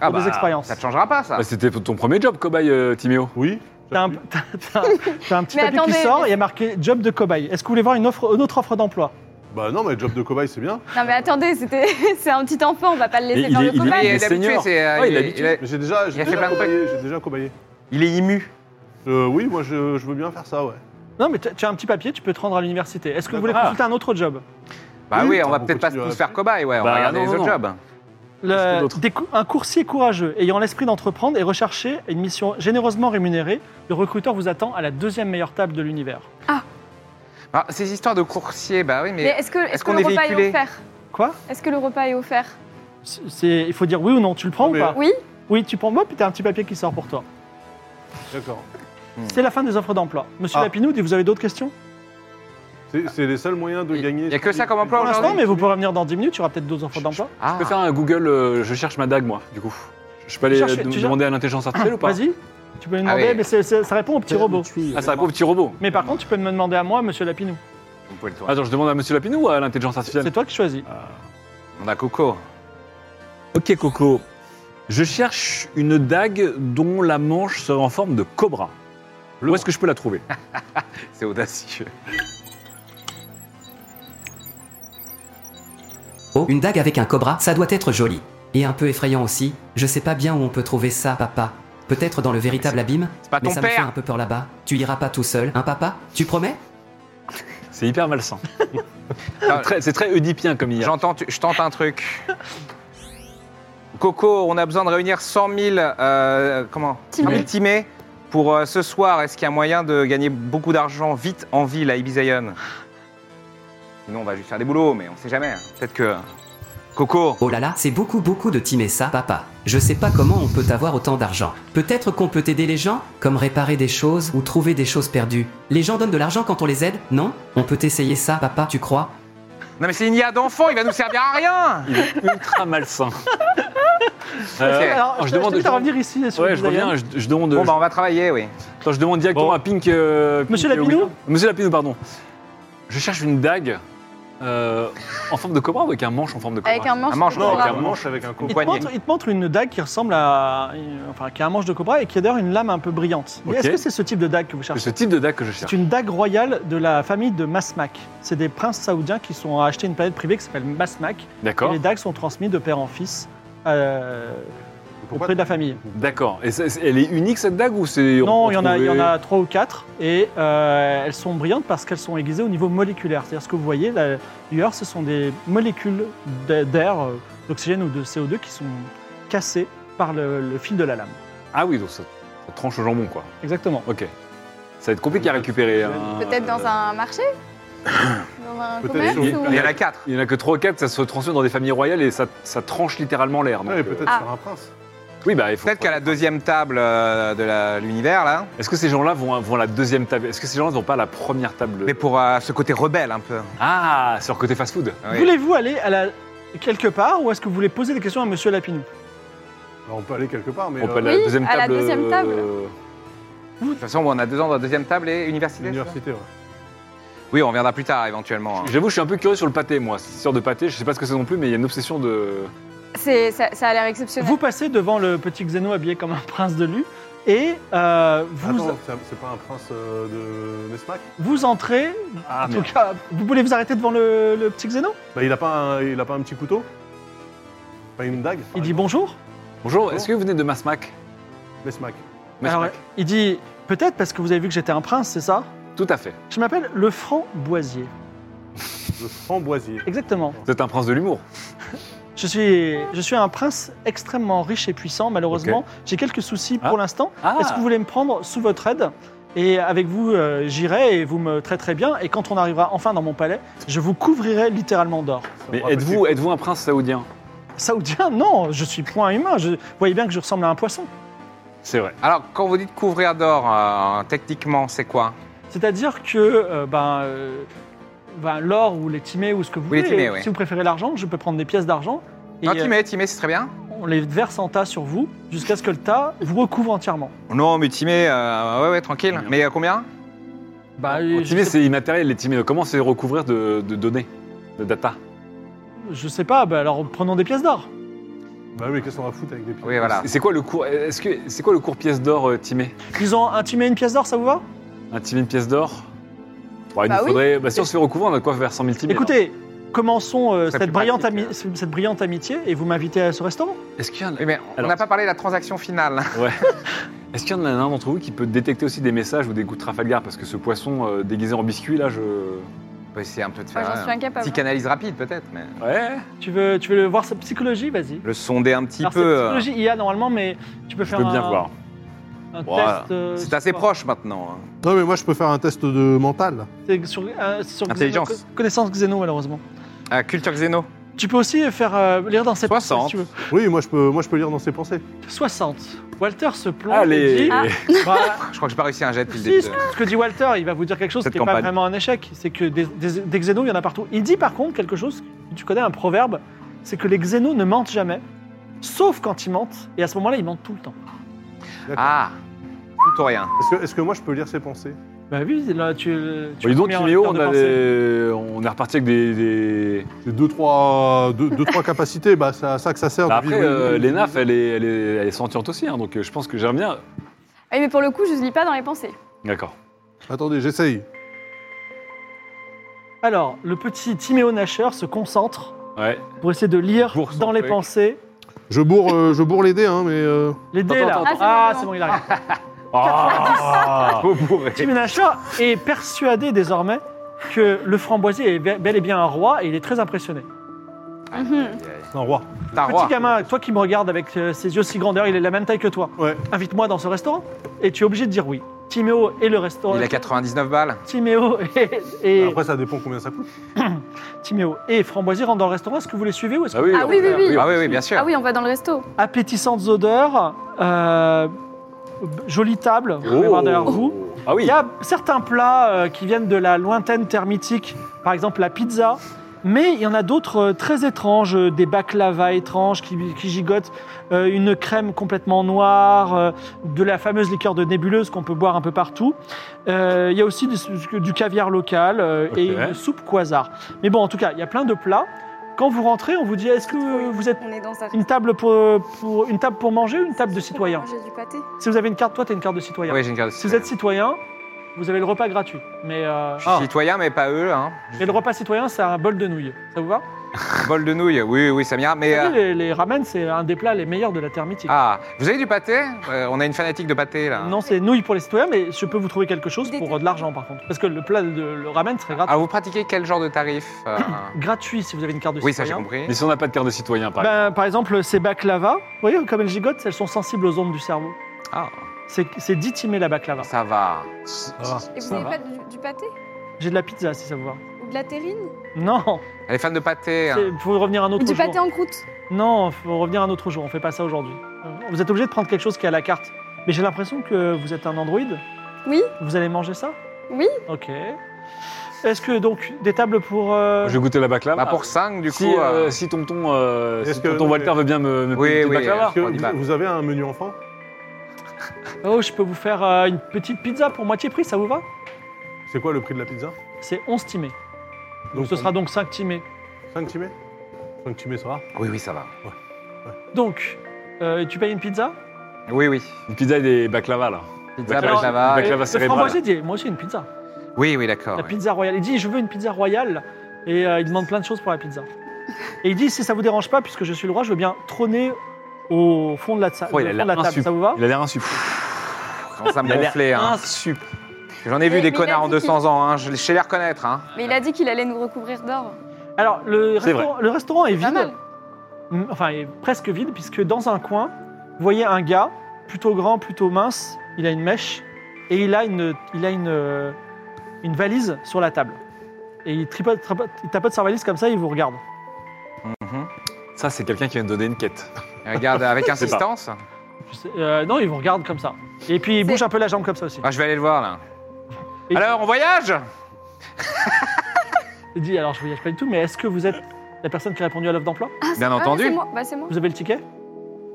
Speaker 4: Ah
Speaker 1: Pour des expériences.
Speaker 4: Ça ne changera pas, ça.
Speaker 1: Ah.
Speaker 5: Bah, C'était ton premier job, cobaye, euh, Timéo.
Speaker 3: Oui.
Speaker 1: T'as un, t'as- t'as- t'as un petit
Speaker 6: Mais
Speaker 1: papier qui
Speaker 6: attendez,
Speaker 1: sort
Speaker 6: mais-
Speaker 1: et il y a marqué job de cobaye. Est-ce que vous voulez voir une, offre, une autre offre d'emploi
Speaker 3: Bah, non, mais job de cobaye, c'est bien.
Speaker 6: Non mais attendez, c'était c'est un petit enfant, on va pas le
Speaker 5: Mais
Speaker 6: laisser
Speaker 5: il
Speaker 6: dans
Speaker 5: est-
Speaker 6: le
Speaker 5: il est-
Speaker 6: cobaye.
Speaker 4: il est
Speaker 5: les
Speaker 4: habitué,
Speaker 5: seniors.
Speaker 4: c'est. euh,
Speaker 5: Ouais, il est
Speaker 4: est-
Speaker 5: habitué.
Speaker 4: est-
Speaker 3: Mais j'ai déjà,
Speaker 4: Il
Speaker 3: j'ai
Speaker 4: a fait
Speaker 3: déjà,
Speaker 4: plein de
Speaker 3: cobayé, j'ai déjà cobayé.
Speaker 4: il est ému.
Speaker 3: Euh, oui, moi, je, je veux bien faire ça, ouais.
Speaker 1: Non, mais t'as- tu as un petit papier, tu peux te rendre à l'université. Est-ce que vous voulez
Speaker 5: D'accord.
Speaker 1: consulter un autre job
Speaker 4: Bah
Speaker 3: Oui,
Speaker 4: oui, on
Speaker 3: on
Speaker 4: va peut-être pas
Speaker 3: continue à
Speaker 4: tous faire cobaye, ouais. On
Speaker 5: Bah,
Speaker 4: va regarder
Speaker 5: non,
Speaker 4: les
Speaker 5: non,
Speaker 4: autres
Speaker 5: non.
Speaker 4: jobs.
Speaker 1: Le-
Speaker 5: Qu'est-ce qu'il y a d'autre
Speaker 1: des cou- Un coursier courageux ayant l'esprit d'entreprendre et rechercher une mission généreusement rémunérée, le recruteur vous attend à la deuxième meilleure table de l'univers.
Speaker 4: Ah, ces histoires de coursiers, bah oui, mais.
Speaker 6: Mais est-ce que est-ce
Speaker 4: est-ce
Speaker 6: que
Speaker 4: qu'on
Speaker 6: le
Speaker 4: est
Speaker 6: repas est
Speaker 4: véhiculé
Speaker 6: offert
Speaker 1: Quoi
Speaker 6: Est-ce que le repas est offert
Speaker 1: C'est- c'est- Il faut dire oui ou non. Tu le prends
Speaker 3: Non,
Speaker 1: ou
Speaker 3: mais-
Speaker 1: pas
Speaker 6: Oui.
Speaker 1: Oui, tu prends moi, puis t'as un petit papier qui sort pour toi.
Speaker 3: D'accord.
Speaker 1: C'est la fin des offres d'emploi. Monsieur
Speaker 3: Ah.
Speaker 1: Lapinou, vous avez d'autres questions
Speaker 3: C'est c'est les seuls moyens de
Speaker 4: Il-
Speaker 3: gagner.
Speaker 4: il y a que ça comme emploi
Speaker 1: Pour l'instant,
Speaker 4: aujourd'hui
Speaker 1: mais vous pourrez revenir dans 10 minutes, il y aura peut-être d'autres offres d'emploi.
Speaker 4: Ah,
Speaker 5: Je peux faire un Google, euh, je cherche ma dague, moi, du coup. Je peux aller
Speaker 1: cherches-
Speaker 5: euh, dem-
Speaker 1: tu cherches-
Speaker 5: demander à l'intelligence artificielle ou pas
Speaker 1: Vas-y, tu peux me
Speaker 4: Ah
Speaker 1: demander,
Speaker 4: oui.
Speaker 1: mais c'est- c'est- ça répond au petit robot.
Speaker 5: Ah, ça répond au petit robot.
Speaker 1: Mais par contre, tu peux me demander à moi, monsieur Lapinou.
Speaker 4: vous pouvez le tourner.
Speaker 5: Attends, je demande à Monsieur Lapinou ou à l'intelligence artificielle
Speaker 1: C'est toi qui choisis.
Speaker 5: Euh,
Speaker 4: On a Coco.
Speaker 5: Ok, Coco. Je cherche une dague dont la manche serait en forme de cobra. Où est-ce que je peux la trouver
Speaker 4: C'est audacieux.
Speaker 9: Oh, une dague avec un cobra, ça doit être joli. Et un peu effrayant aussi, je sais pas bien où on peut trouver ça, papa. Peut-être dans le véritable abîme,
Speaker 4: pas
Speaker 9: mais
Speaker 4: ton
Speaker 9: ça me
Speaker 4: père.
Speaker 9: fait un peu peur là-bas. Tu iras pas tout seul, hein papa Tu promets
Speaker 5: C'est hyper malsain.
Speaker 4: Ah,
Speaker 5: C'est très- C'est très oedipien comme hier.
Speaker 4: J'entends, tu- je tente un truc. Coco, on a besoin de réunir 100 000, euh, comment 100 000
Speaker 6: Timés.
Speaker 4: timés pour euh, ce soir. Est-ce qu'il y a moyen de gagner beaucoup d'argent vite en ville à Ibizaïon Sinon, on va juste faire des boulots, mais on sait jamais. hein. Peut-être que. Coco,
Speaker 9: Oh là là, c'est beaucoup beaucoup de timer ça, papa. Je sais pas comment on peut avoir autant d'argent. Peut-être qu'on peut aider les gens, comme réparer des choses ou trouver des choses perdues. Les gens donnent de l'argent quand on les aide, non On peut essayer ça, papa, tu crois
Speaker 4: non mais c'est une IA d'enfant, il va nous servir à rien
Speaker 5: Il est ultra malsain.
Speaker 4: Ok.
Speaker 1: Alors,
Speaker 5: Euh, alors,
Speaker 1: je,
Speaker 5: je demande-
Speaker 1: demande de
Speaker 5: je demande-
Speaker 1: revenir ici. sur
Speaker 5: ouais,
Speaker 1: le
Speaker 5: je
Speaker 1: Brian.
Speaker 5: reviens, je, je demande.
Speaker 4: Bon, bah on va travailler, oui.
Speaker 5: Attends, je demande directement
Speaker 1: Bon.
Speaker 5: à Pink. euh, Pink,
Speaker 1: Monsieur
Speaker 5: euh,
Speaker 1: Lapinou
Speaker 5: Wilson. Monsieur Lapinou, pardon. Je cherche une dague euh, en forme de cobra ou avec un manche en forme de cobra
Speaker 6: Avec un manche.
Speaker 4: Un manche,
Speaker 6: de
Speaker 4: non,
Speaker 3: Non,
Speaker 6: cobra.
Speaker 3: avec un manche, avec un coup.
Speaker 1: Il te,
Speaker 4: poignet.
Speaker 1: montre, il te montre une dague qui ressemble à. Enfin, qui a un manche de cobra et qui a d'ailleurs une lame un peu brillante. Mais
Speaker 5: Ok.
Speaker 1: Est-ce que c'est ce type de dague que vous
Speaker 5: C'est
Speaker 1: cherchez
Speaker 5: ce type de dague que je
Speaker 1: C'est
Speaker 5: cherche.
Speaker 1: une dague royale de la famille de Masmak. C'est des princes saoudiens qui sont achetés une planète privée qui s'appelle Masmak. Et
Speaker 5: D'accord.
Speaker 1: les dagues sont transmises de père en fils euh,
Speaker 3: Pourquoi
Speaker 1: auprès de la famille.
Speaker 5: D'accord. Et ça- c'est- elle est unique cette dague ou c'est. on
Speaker 1: Non,
Speaker 5: peut
Speaker 1: il y, en a, il y en
Speaker 5: trouver-
Speaker 1: a trois ou quatre et euh, elles sont brillantes parce qu'elles sont aiguisées au niveau moléculaire. C'est-à-dire ce que vous voyez, la lueur, ce sont des molécules d'a- d'air, euh, d'oxygène ou de CO2 qui sont cassées par le, le fil de la lame.
Speaker 5: Ah oui, donc ça, ça tranche au jambon quoi.
Speaker 1: Exactement.
Speaker 5: Ok. Ça va être compliqué à récupérer. hein.
Speaker 6: Peut-être dans un marché Dans un
Speaker 3: Peut-être
Speaker 6: commerce
Speaker 3: sur-
Speaker 6: ou-
Speaker 4: Il y en a quatre.
Speaker 5: Il n'y en a que 3 ou 4, ça se transmet dans des familles royales et ça, ça tranche littéralement l'air. donc,
Speaker 3: Ouais,
Speaker 5: euh,
Speaker 3: peut-être
Speaker 6: Ah.
Speaker 3: sur un prince.
Speaker 5: Oui, bah, il faut.
Speaker 4: Peut-être qu'à la deuxième table euh, de la- l'univers, là.
Speaker 5: Est-ce que ces gens-là vont, à- vont à la deuxième table Est-ce que ces gens-là ne vont pas à la première table
Speaker 4: Mais pour euh, ce côté rebelle, un peu.
Speaker 5: Ah, sur le côté fast-food.
Speaker 4: Oui.
Speaker 1: Voulez-vous aller à la... quelque part ou est-ce que vous voulez poser des questions à Monsieur Lapinou
Speaker 3: Alors, Bah, on peut aller quelque part, mais
Speaker 5: On peut aller
Speaker 3: euh,
Speaker 5: à la
Speaker 6: Oui,
Speaker 5: deuxième
Speaker 6: à la
Speaker 5: table.
Speaker 6: deuxième table.
Speaker 5: euh,
Speaker 4: De toute façon, on a deux ans dans la deuxième table et université. c'est ça
Speaker 3: l'université. ouais.
Speaker 4: Oui, on reviendra plus tard éventuellement. hein.
Speaker 5: J'avoue, je suis un peu curieux sur le pâté, moi. Cette histoire de pâté, je sais pas ce que c'est non plus, mais il y a une obsession de.
Speaker 6: C'est- ça, ça a l'air exceptionnel.
Speaker 1: Vous passez devant le petit Xeno habillé comme un prince de lu et euh, vous,
Speaker 3: Attends, c'est un- c'est pas un prince euh, de Nesmac
Speaker 1: vous entrez.
Speaker 5: Ah,
Speaker 1: en tout cas, vous voulez vous arrêter devant le, le petit Xeno
Speaker 3: Bah, il a pas un, il a pas un petit couteau Pas une dague
Speaker 5: Ah,
Speaker 1: Il dit bonjour.
Speaker 5: Bonjour, est-ce que vous venez de Masmac
Speaker 3: Nesmac.
Speaker 5: Masmac.
Speaker 1: Alors, il dit peut-être parce que vous avez vu que j'étais un prince, c'est ça
Speaker 5: Tout à fait.
Speaker 1: Je m'appelle le franc boisier.
Speaker 3: Le framboisier.
Speaker 1: Exactement.
Speaker 5: Vous êtes un prince de l'humour.
Speaker 1: Je suis, je suis un prince extrêmement riche et puissant, malheureusement. J'ai quelques soucis pour
Speaker 5: Ah.
Speaker 1: l'instant.
Speaker 5: Ah
Speaker 1: Est-ce que vous voulez me prendre sous votre aide Et avec vous, euh, j'irai et vous me traiterez bien. Et quand on arrivera enfin dans mon palais, je vous couvrirai littéralement d'or.
Speaker 5: Mais êtes-vous êtes un prince saoudien
Speaker 1: Saoudien, non, je suis point humain. Je, vous voyez bien que je ressemble à un poisson.
Speaker 5: C'est vrai.
Speaker 4: Alors, quand vous dites couvrir d'or, euh, techniquement, c'est quoi
Speaker 1: C'est-à-dire que euh, ben, euh, ben, l'or ou les timés ou ce que vous
Speaker 4: Oui, les
Speaker 1: voulez,
Speaker 4: timés, oui.
Speaker 1: si vous préférez l'argent, je peux prendre des pièces d'argent. et,
Speaker 4: Non,
Speaker 1: euh,
Speaker 4: Timé, Timé, c'est très bien.
Speaker 1: On les verse en tas sur vous jusqu'à ce que le tas vous recouvre entièrement.
Speaker 4: Non, mais Timé, euh, ouais, ouais, tranquille.
Speaker 5: Combien
Speaker 4: Mais euh, combien
Speaker 1: Bah,
Speaker 5: En
Speaker 1: je,
Speaker 5: Timé,
Speaker 1: sais,
Speaker 5: c'est immatériel, les Timé. Comment c'est recouvrir de, de données, de data
Speaker 1: je sais pas, bah, alors prenons des pièces d'or.
Speaker 3: Bah oui, mais qu'est-ce qu'on va foutre avec des pieds
Speaker 4: Oui, voilà.
Speaker 5: Et C'est quoi le cours Est-ce que c'est quoi le cours pièce d'or, euh, Timé
Speaker 1: Ils ont un timé une pièce d'or, ça vous va
Speaker 5: Un Timé une pièce d'or Bon, il
Speaker 6: Bah
Speaker 5: nous
Speaker 6: oui.
Speaker 5: faudrait. Bah, si on se fait recouvrir, on a de quoi faire 100 000 Timé.
Speaker 1: Écoutez, commençons euh,
Speaker 4: Ça
Speaker 1: cette,
Speaker 4: plus
Speaker 1: brillante
Speaker 4: pratique,
Speaker 1: ami- cette brillante amitié et vous m'invitez à ce restaurant
Speaker 5: alors. est-ce qu'il y en a-
Speaker 4: Oui, mais on
Speaker 5: Alors-
Speaker 4: n'a pas parlé de la transaction finale.
Speaker 5: Est-ce qu'il y en a un d'entre vous qui peut détecter aussi des messages ou des coups de Trafalgar Parce que ce poisson euh, déguisé en biscuit, là, je.
Speaker 4: On peut essayer un peu de
Speaker 6: Moi,
Speaker 4: faire
Speaker 6: j'en suis
Speaker 4: un
Speaker 6: incapable.
Speaker 4: petit canalise rapide, peut-être. mais
Speaker 5: Ouais
Speaker 1: tu veux, tu veux le voir sa psychologie Vas-y.
Speaker 4: Le sonder un petit
Speaker 1: Alors, c'est
Speaker 4: peu. euh,
Speaker 1: psychologie IA normalement, mais tu peux
Speaker 5: Je
Speaker 1: faire
Speaker 5: peux
Speaker 1: un,
Speaker 5: bien voir.
Speaker 1: un
Speaker 4: Voilà.
Speaker 1: test. euh,
Speaker 4: C'est
Speaker 1: sur
Speaker 4: assez
Speaker 1: quoi
Speaker 4: proche maintenant. hein.
Speaker 3: Non, mais moi, je peux faire un test de mental.
Speaker 1: C'est sur, euh, c'est sur
Speaker 4: Intelligence.
Speaker 1: Xeno- co- connaissance Xeno, malheureusement.
Speaker 4: Ah, culture Xeno.
Speaker 1: Tu peux aussi faire euh, lire dans ses
Speaker 4: 60.
Speaker 1: pensées, si tu veux.
Speaker 3: Oui, moi je, peux, moi, je peux lire dans ses pensées.
Speaker 1: 60. Walter se plonge et
Speaker 5: Allez Ah.
Speaker 1: dit... Bah,
Speaker 4: Je crois que j'ai pas réussi un jet depuis le
Speaker 1: si,
Speaker 4: début.
Speaker 1: ce
Speaker 4: de-
Speaker 1: que- ce que dit Walter, il va vous dire quelque chose
Speaker 4: Cette
Speaker 1: qui n'est pas
Speaker 4: campagne.
Speaker 1: vraiment un échec. C'est que des, des, des xénos, il y en a partout. Il dit par contre quelque chose, tu connais un proverbe, c'est que les xénos ne mentent jamais, sauf quand ils mentent, et à ce moment-là, ils mentent tout le temps.
Speaker 4: Ah, tout ou rien.
Speaker 3: Est-ce que, est-ce que moi je peux lire ses pensées
Speaker 1: Bah oui, là, tu... tu
Speaker 5: Bon, Bah, dis donc,
Speaker 1: combien en
Speaker 5: Timéo,
Speaker 1: heures
Speaker 5: on,
Speaker 1: de
Speaker 5: a
Speaker 1: pensée
Speaker 5: des- on est reparti avec des. des-
Speaker 3: J'ai deux, trois, deux, deux, trois capacités, bah, c'est à ça que ça sert.
Speaker 5: Bah,
Speaker 3: de
Speaker 5: après,
Speaker 3: vivre une-
Speaker 5: euh,
Speaker 3: une-
Speaker 5: les nafs, elle est, elle est, elle est sentiente aussi, hein, donc euh, je pense que j'aime bien.
Speaker 6: Ah Oui, mais pour le coup, je ne lis pas dans les pensées.
Speaker 5: D'accord.
Speaker 3: Attendez, j'essaye.
Speaker 1: Alors, le petit Timéo Nasher se concentre
Speaker 5: Ouais.
Speaker 1: pour essayer de lire
Speaker 5: Bourre son
Speaker 1: dans les
Speaker 5: truc.
Speaker 1: pensées.
Speaker 3: Je bourre, euh, je bourre les dés, hein, mais. euh,
Speaker 1: Les dés là.
Speaker 5: attends,
Speaker 6: attends.
Speaker 1: Ah, c'est bon, il arrive.
Speaker 5: Ah Faut bourrer.
Speaker 1: Tim Ménachard est persuadé désormais que le framboisier est be- bel et bien un roi et il est très impressionné.
Speaker 6: Mhm.
Speaker 3: C'est un roi.
Speaker 4: T'as un
Speaker 1: Petit
Speaker 4: roi.
Speaker 1: gamin, toi qui me regardes avec euh, ses yeux si grands, d'ailleurs il est de la même taille que toi,
Speaker 3: Ouais.
Speaker 1: invite-moi dans ce restaurant et tu es obligé de dire oui. Timéo et le restaurant.
Speaker 4: Il a Ah, 99 balles.
Speaker 1: Timéo et, et-
Speaker 3: Après, ça dépend combien ça coûte.
Speaker 1: Timéo et Framboisier rentrent dans le restaurant. Est-ce que vous les suivez ou est-ce que
Speaker 4: Bah
Speaker 5: Ah oui,
Speaker 6: Ah oui, oui, oui.
Speaker 4: Ah oui, oui, bien sûr.
Speaker 6: Ah oui, on va dans le resto.
Speaker 1: appétissantes odeurs, euh, jolie table, vous
Speaker 4: Oh.
Speaker 1: pouvez voir derrière vous.
Speaker 5: Ah
Speaker 1: Il
Speaker 5: oui.
Speaker 1: y a certains plats euh, qui viennent de la lointaine terre mythique, par exemple la pizza, mais il y en a d'autres euh, très étranges, euh, des baklava étranges qui, qui gigotent, euh, une crème complètement noire, euh, de la fameuse liqueur de nébuleuse qu'on peut boire un peu partout. Euh, il y a aussi du, du caviar local euh, et
Speaker 5: Ok.
Speaker 1: une soupe quasar. Mais bon, en tout cas, il y a plein de plats. Quand vous rentrez, on vous dit est-ce que vous êtes
Speaker 6: On est dans un
Speaker 1: une table pour, pour- une table pour manger ou une table de citoyen
Speaker 6: J'ai du pâté.
Speaker 1: Si vous avez une carte, toi, tu as une carte de citoyen.
Speaker 4: Oui, j'ai une carte de
Speaker 1: Si vous êtes citoyen, vous avez le repas gratuit. Mais, euh,
Speaker 4: Je suis citoyen, mais pas eux. Hein.
Speaker 1: mais le repas citoyen, c'est un bol de nouilles. Ça vous va
Speaker 4: Bol de nouilles, oui, oui, ça m'ira. Mais.
Speaker 1: Vous savez,
Speaker 4: euh,
Speaker 1: les, les ramen, c'est un des plats les meilleurs de la terre mythique.
Speaker 4: Ah, vous avez du pâté Euh, On a une fanatique de pâté là.
Speaker 1: Non, c'est nouilles pour les citoyens, mais je peux vous trouver quelque chose
Speaker 6: Des-
Speaker 1: pour euh, de l'argent, par contre. Parce que le plat de le ramen serait gratuit.
Speaker 4: Alors Ah, vous pratiquez quel genre de tarif euh,
Speaker 1: Gratuit si vous avez une carte de
Speaker 4: Oui, ça j'ai
Speaker 1: citoyen.
Speaker 4: compris.
Speaker 5: Mais si on n'a pas de carte de citoyen, par exemple.
Speaker 1: Ben, par exemple, ces baklava, vous voyez, comme elles gigotent, elles sont sensibles aux ondes du cerveau.
Speaker 4: Ah.
Speaker 1: C'est c'est 10 timés la baklava.
Speaker 4: Ça va.
Speaker 6: Et vous
Speaker 1: Ça
Speaker 6: n'avez
Speaker 1: va.
Speaker 6: pas du, du pâté
Speaker 1: J'ai de la pizza, si ça vous va.
Speaker 6: Ou de la terrine
Speaker 1: Non,
Speaker 4: Elle est fan de pâté. hein.
Speaker 1: il faut revenir un autre
Speaker 6: Ou du
Speaker 1: jour.
Speaker 6: pâté en croûte
Speaker 1: Non, faut revenir un autre jour, on fait pas ça aujourd'hui. Euh, Vous êtes obligé de prendre quelque chose qui est à la carte. Mais j'ai l'impression que vous êtes un androïde.
Speaker 6: Oui.
Speaker 1: Vous allez manger ça
Speaker 6: Oui.
Speaker 1: Ok. Est-ce que donc des tables pour. euh,
Speaker 5: Je vais goûter la baklava.
Speaker 4: Bah, pour 5, du
Speaker 5: si,
Speaker 4: coup.
Speaker 5: euh,
Speaker 4: euh,
Speaker 5: si tonton, euh,
Speaker 3: Est-ce
Speaker 5: si
Speaker 3: que-
Speaker 5: tonton
Speaker 3: non,
Speaker 5: Walter
Speaker 3: mais-
Speaker 5: veut bien me, me
Speaker 4: Oui,
Speaker 5: payer une
Speaker 4: oui,
Speaker 5: petite baklava.
Speaker 3: Est-ce que
Speaker 4: on dit pas.
Speaker 3: vous, vous avez un menu enfant
Speaker 1: Oh, je peux vous faire euh, une petite pizza pour moitié prix, ça vous va
Speaker 3: C'est quoi le prix de la pizza
Speaker 1: C'est 11 timés. Donc ce sera donc 5 timés.
Speaker 3: 5 timés 5 timés, ça va
Speaker 4: Oui, oui, ça va.
Speaker 1: Donc, euh, tu payes une pizza
Speaker 4: Oui, oui.
Speaker 5: Une pizza et des baklava, là.
Speaker 4: Pizza,
Speaker 5: Baklava,
Speaker 4: baklava.
Speaker 5: baklava.
Speaker 1: Et le
Speaker 5: cérébrale.
Speaker 1: framboisier dit Euh, Moi aussi une pizza.
Speaker 4: Oui, oui, d'accord.
Speaker 1: La
Speaker 4: oui.
Speaker 1: pizza royale. Il dit Je veux une pizza royale. Et euh, il demande plein de choses pour la pizza. Et il dit Si ça vous dérange pas, puisque je suis le roi, je veux bien trôner au fond de la, sa-
Speaker 5: Oh, il a
Speaker 1: au fond
Speaker 5: l'air
Speaker 1: de la table.
Speaker 5: insup-
Speaker 1: Ça vous va
Speaker 5: Il a l'air insup.
Speaker 4: Ah, Commence à me gonfler. Hein.
Speaker 5: Insup.
Speaker 4: J'en ai vu
Speaker 6: Mais-
Speaker 4: des
Speaker 6: mais
Speaker 4: connards
Speaker 6: il a
Speaker 4: en
Speaker 6: dit qu'il-
Speaker 4: 200 ans. Hein. Je je sais les reconnaître. Hein.
Speaker 6: Mais il a dit qu'il allait nous recouvrir d'or.
Speaker 1: Alors, le
Speaker 5: C'est
Speaker 1: restaurant, le restaurant est
Speaker 6: Pas
Speaker 1: vide.
Speaker 6: mal. Ah
Speaker 1: Mm, Enfin, est presque vide, puisque dans un coin, vous voyez un gars, plutôt grand, plutôt mince. Il a une mèche. Et il a une, il a une, euh, une valise sur la table. Et il, tripote, tripote- il tapote sa valise comme ça, il vous regarde.
Speaker 4: Mhm.
Speaker 5: Ça, c'est quelqu'un qui vient de donner une quête.
Speaker 4: Regarde avec
Speaker 5: sais pas.
Speaker 4: insistance.
Speaker 1: Je sais- euh, non, il vous regarde comme ça. Et puis il
Speaker 6: C'est-
Speaker 1: bouge un peu la jambe comme ça aussi.
Speaker 4: Ah, je vais aller le voir là.
Speaker 1: Et-
Speaker 4: Alors, on voyage
Speaker 6: Ah,
Speaker 1: Il dit alors je voyage pas du tout, mais est-ce que vous êtes la personne qui a répondu à l'offre d'emploi
Speaker 4: Bien
Speaker 6: Ah,
Speaker 4: entendu.
Speaker 6: c'est moi. Bah, c'est moi.
Speaker 1: Vous avez le ticket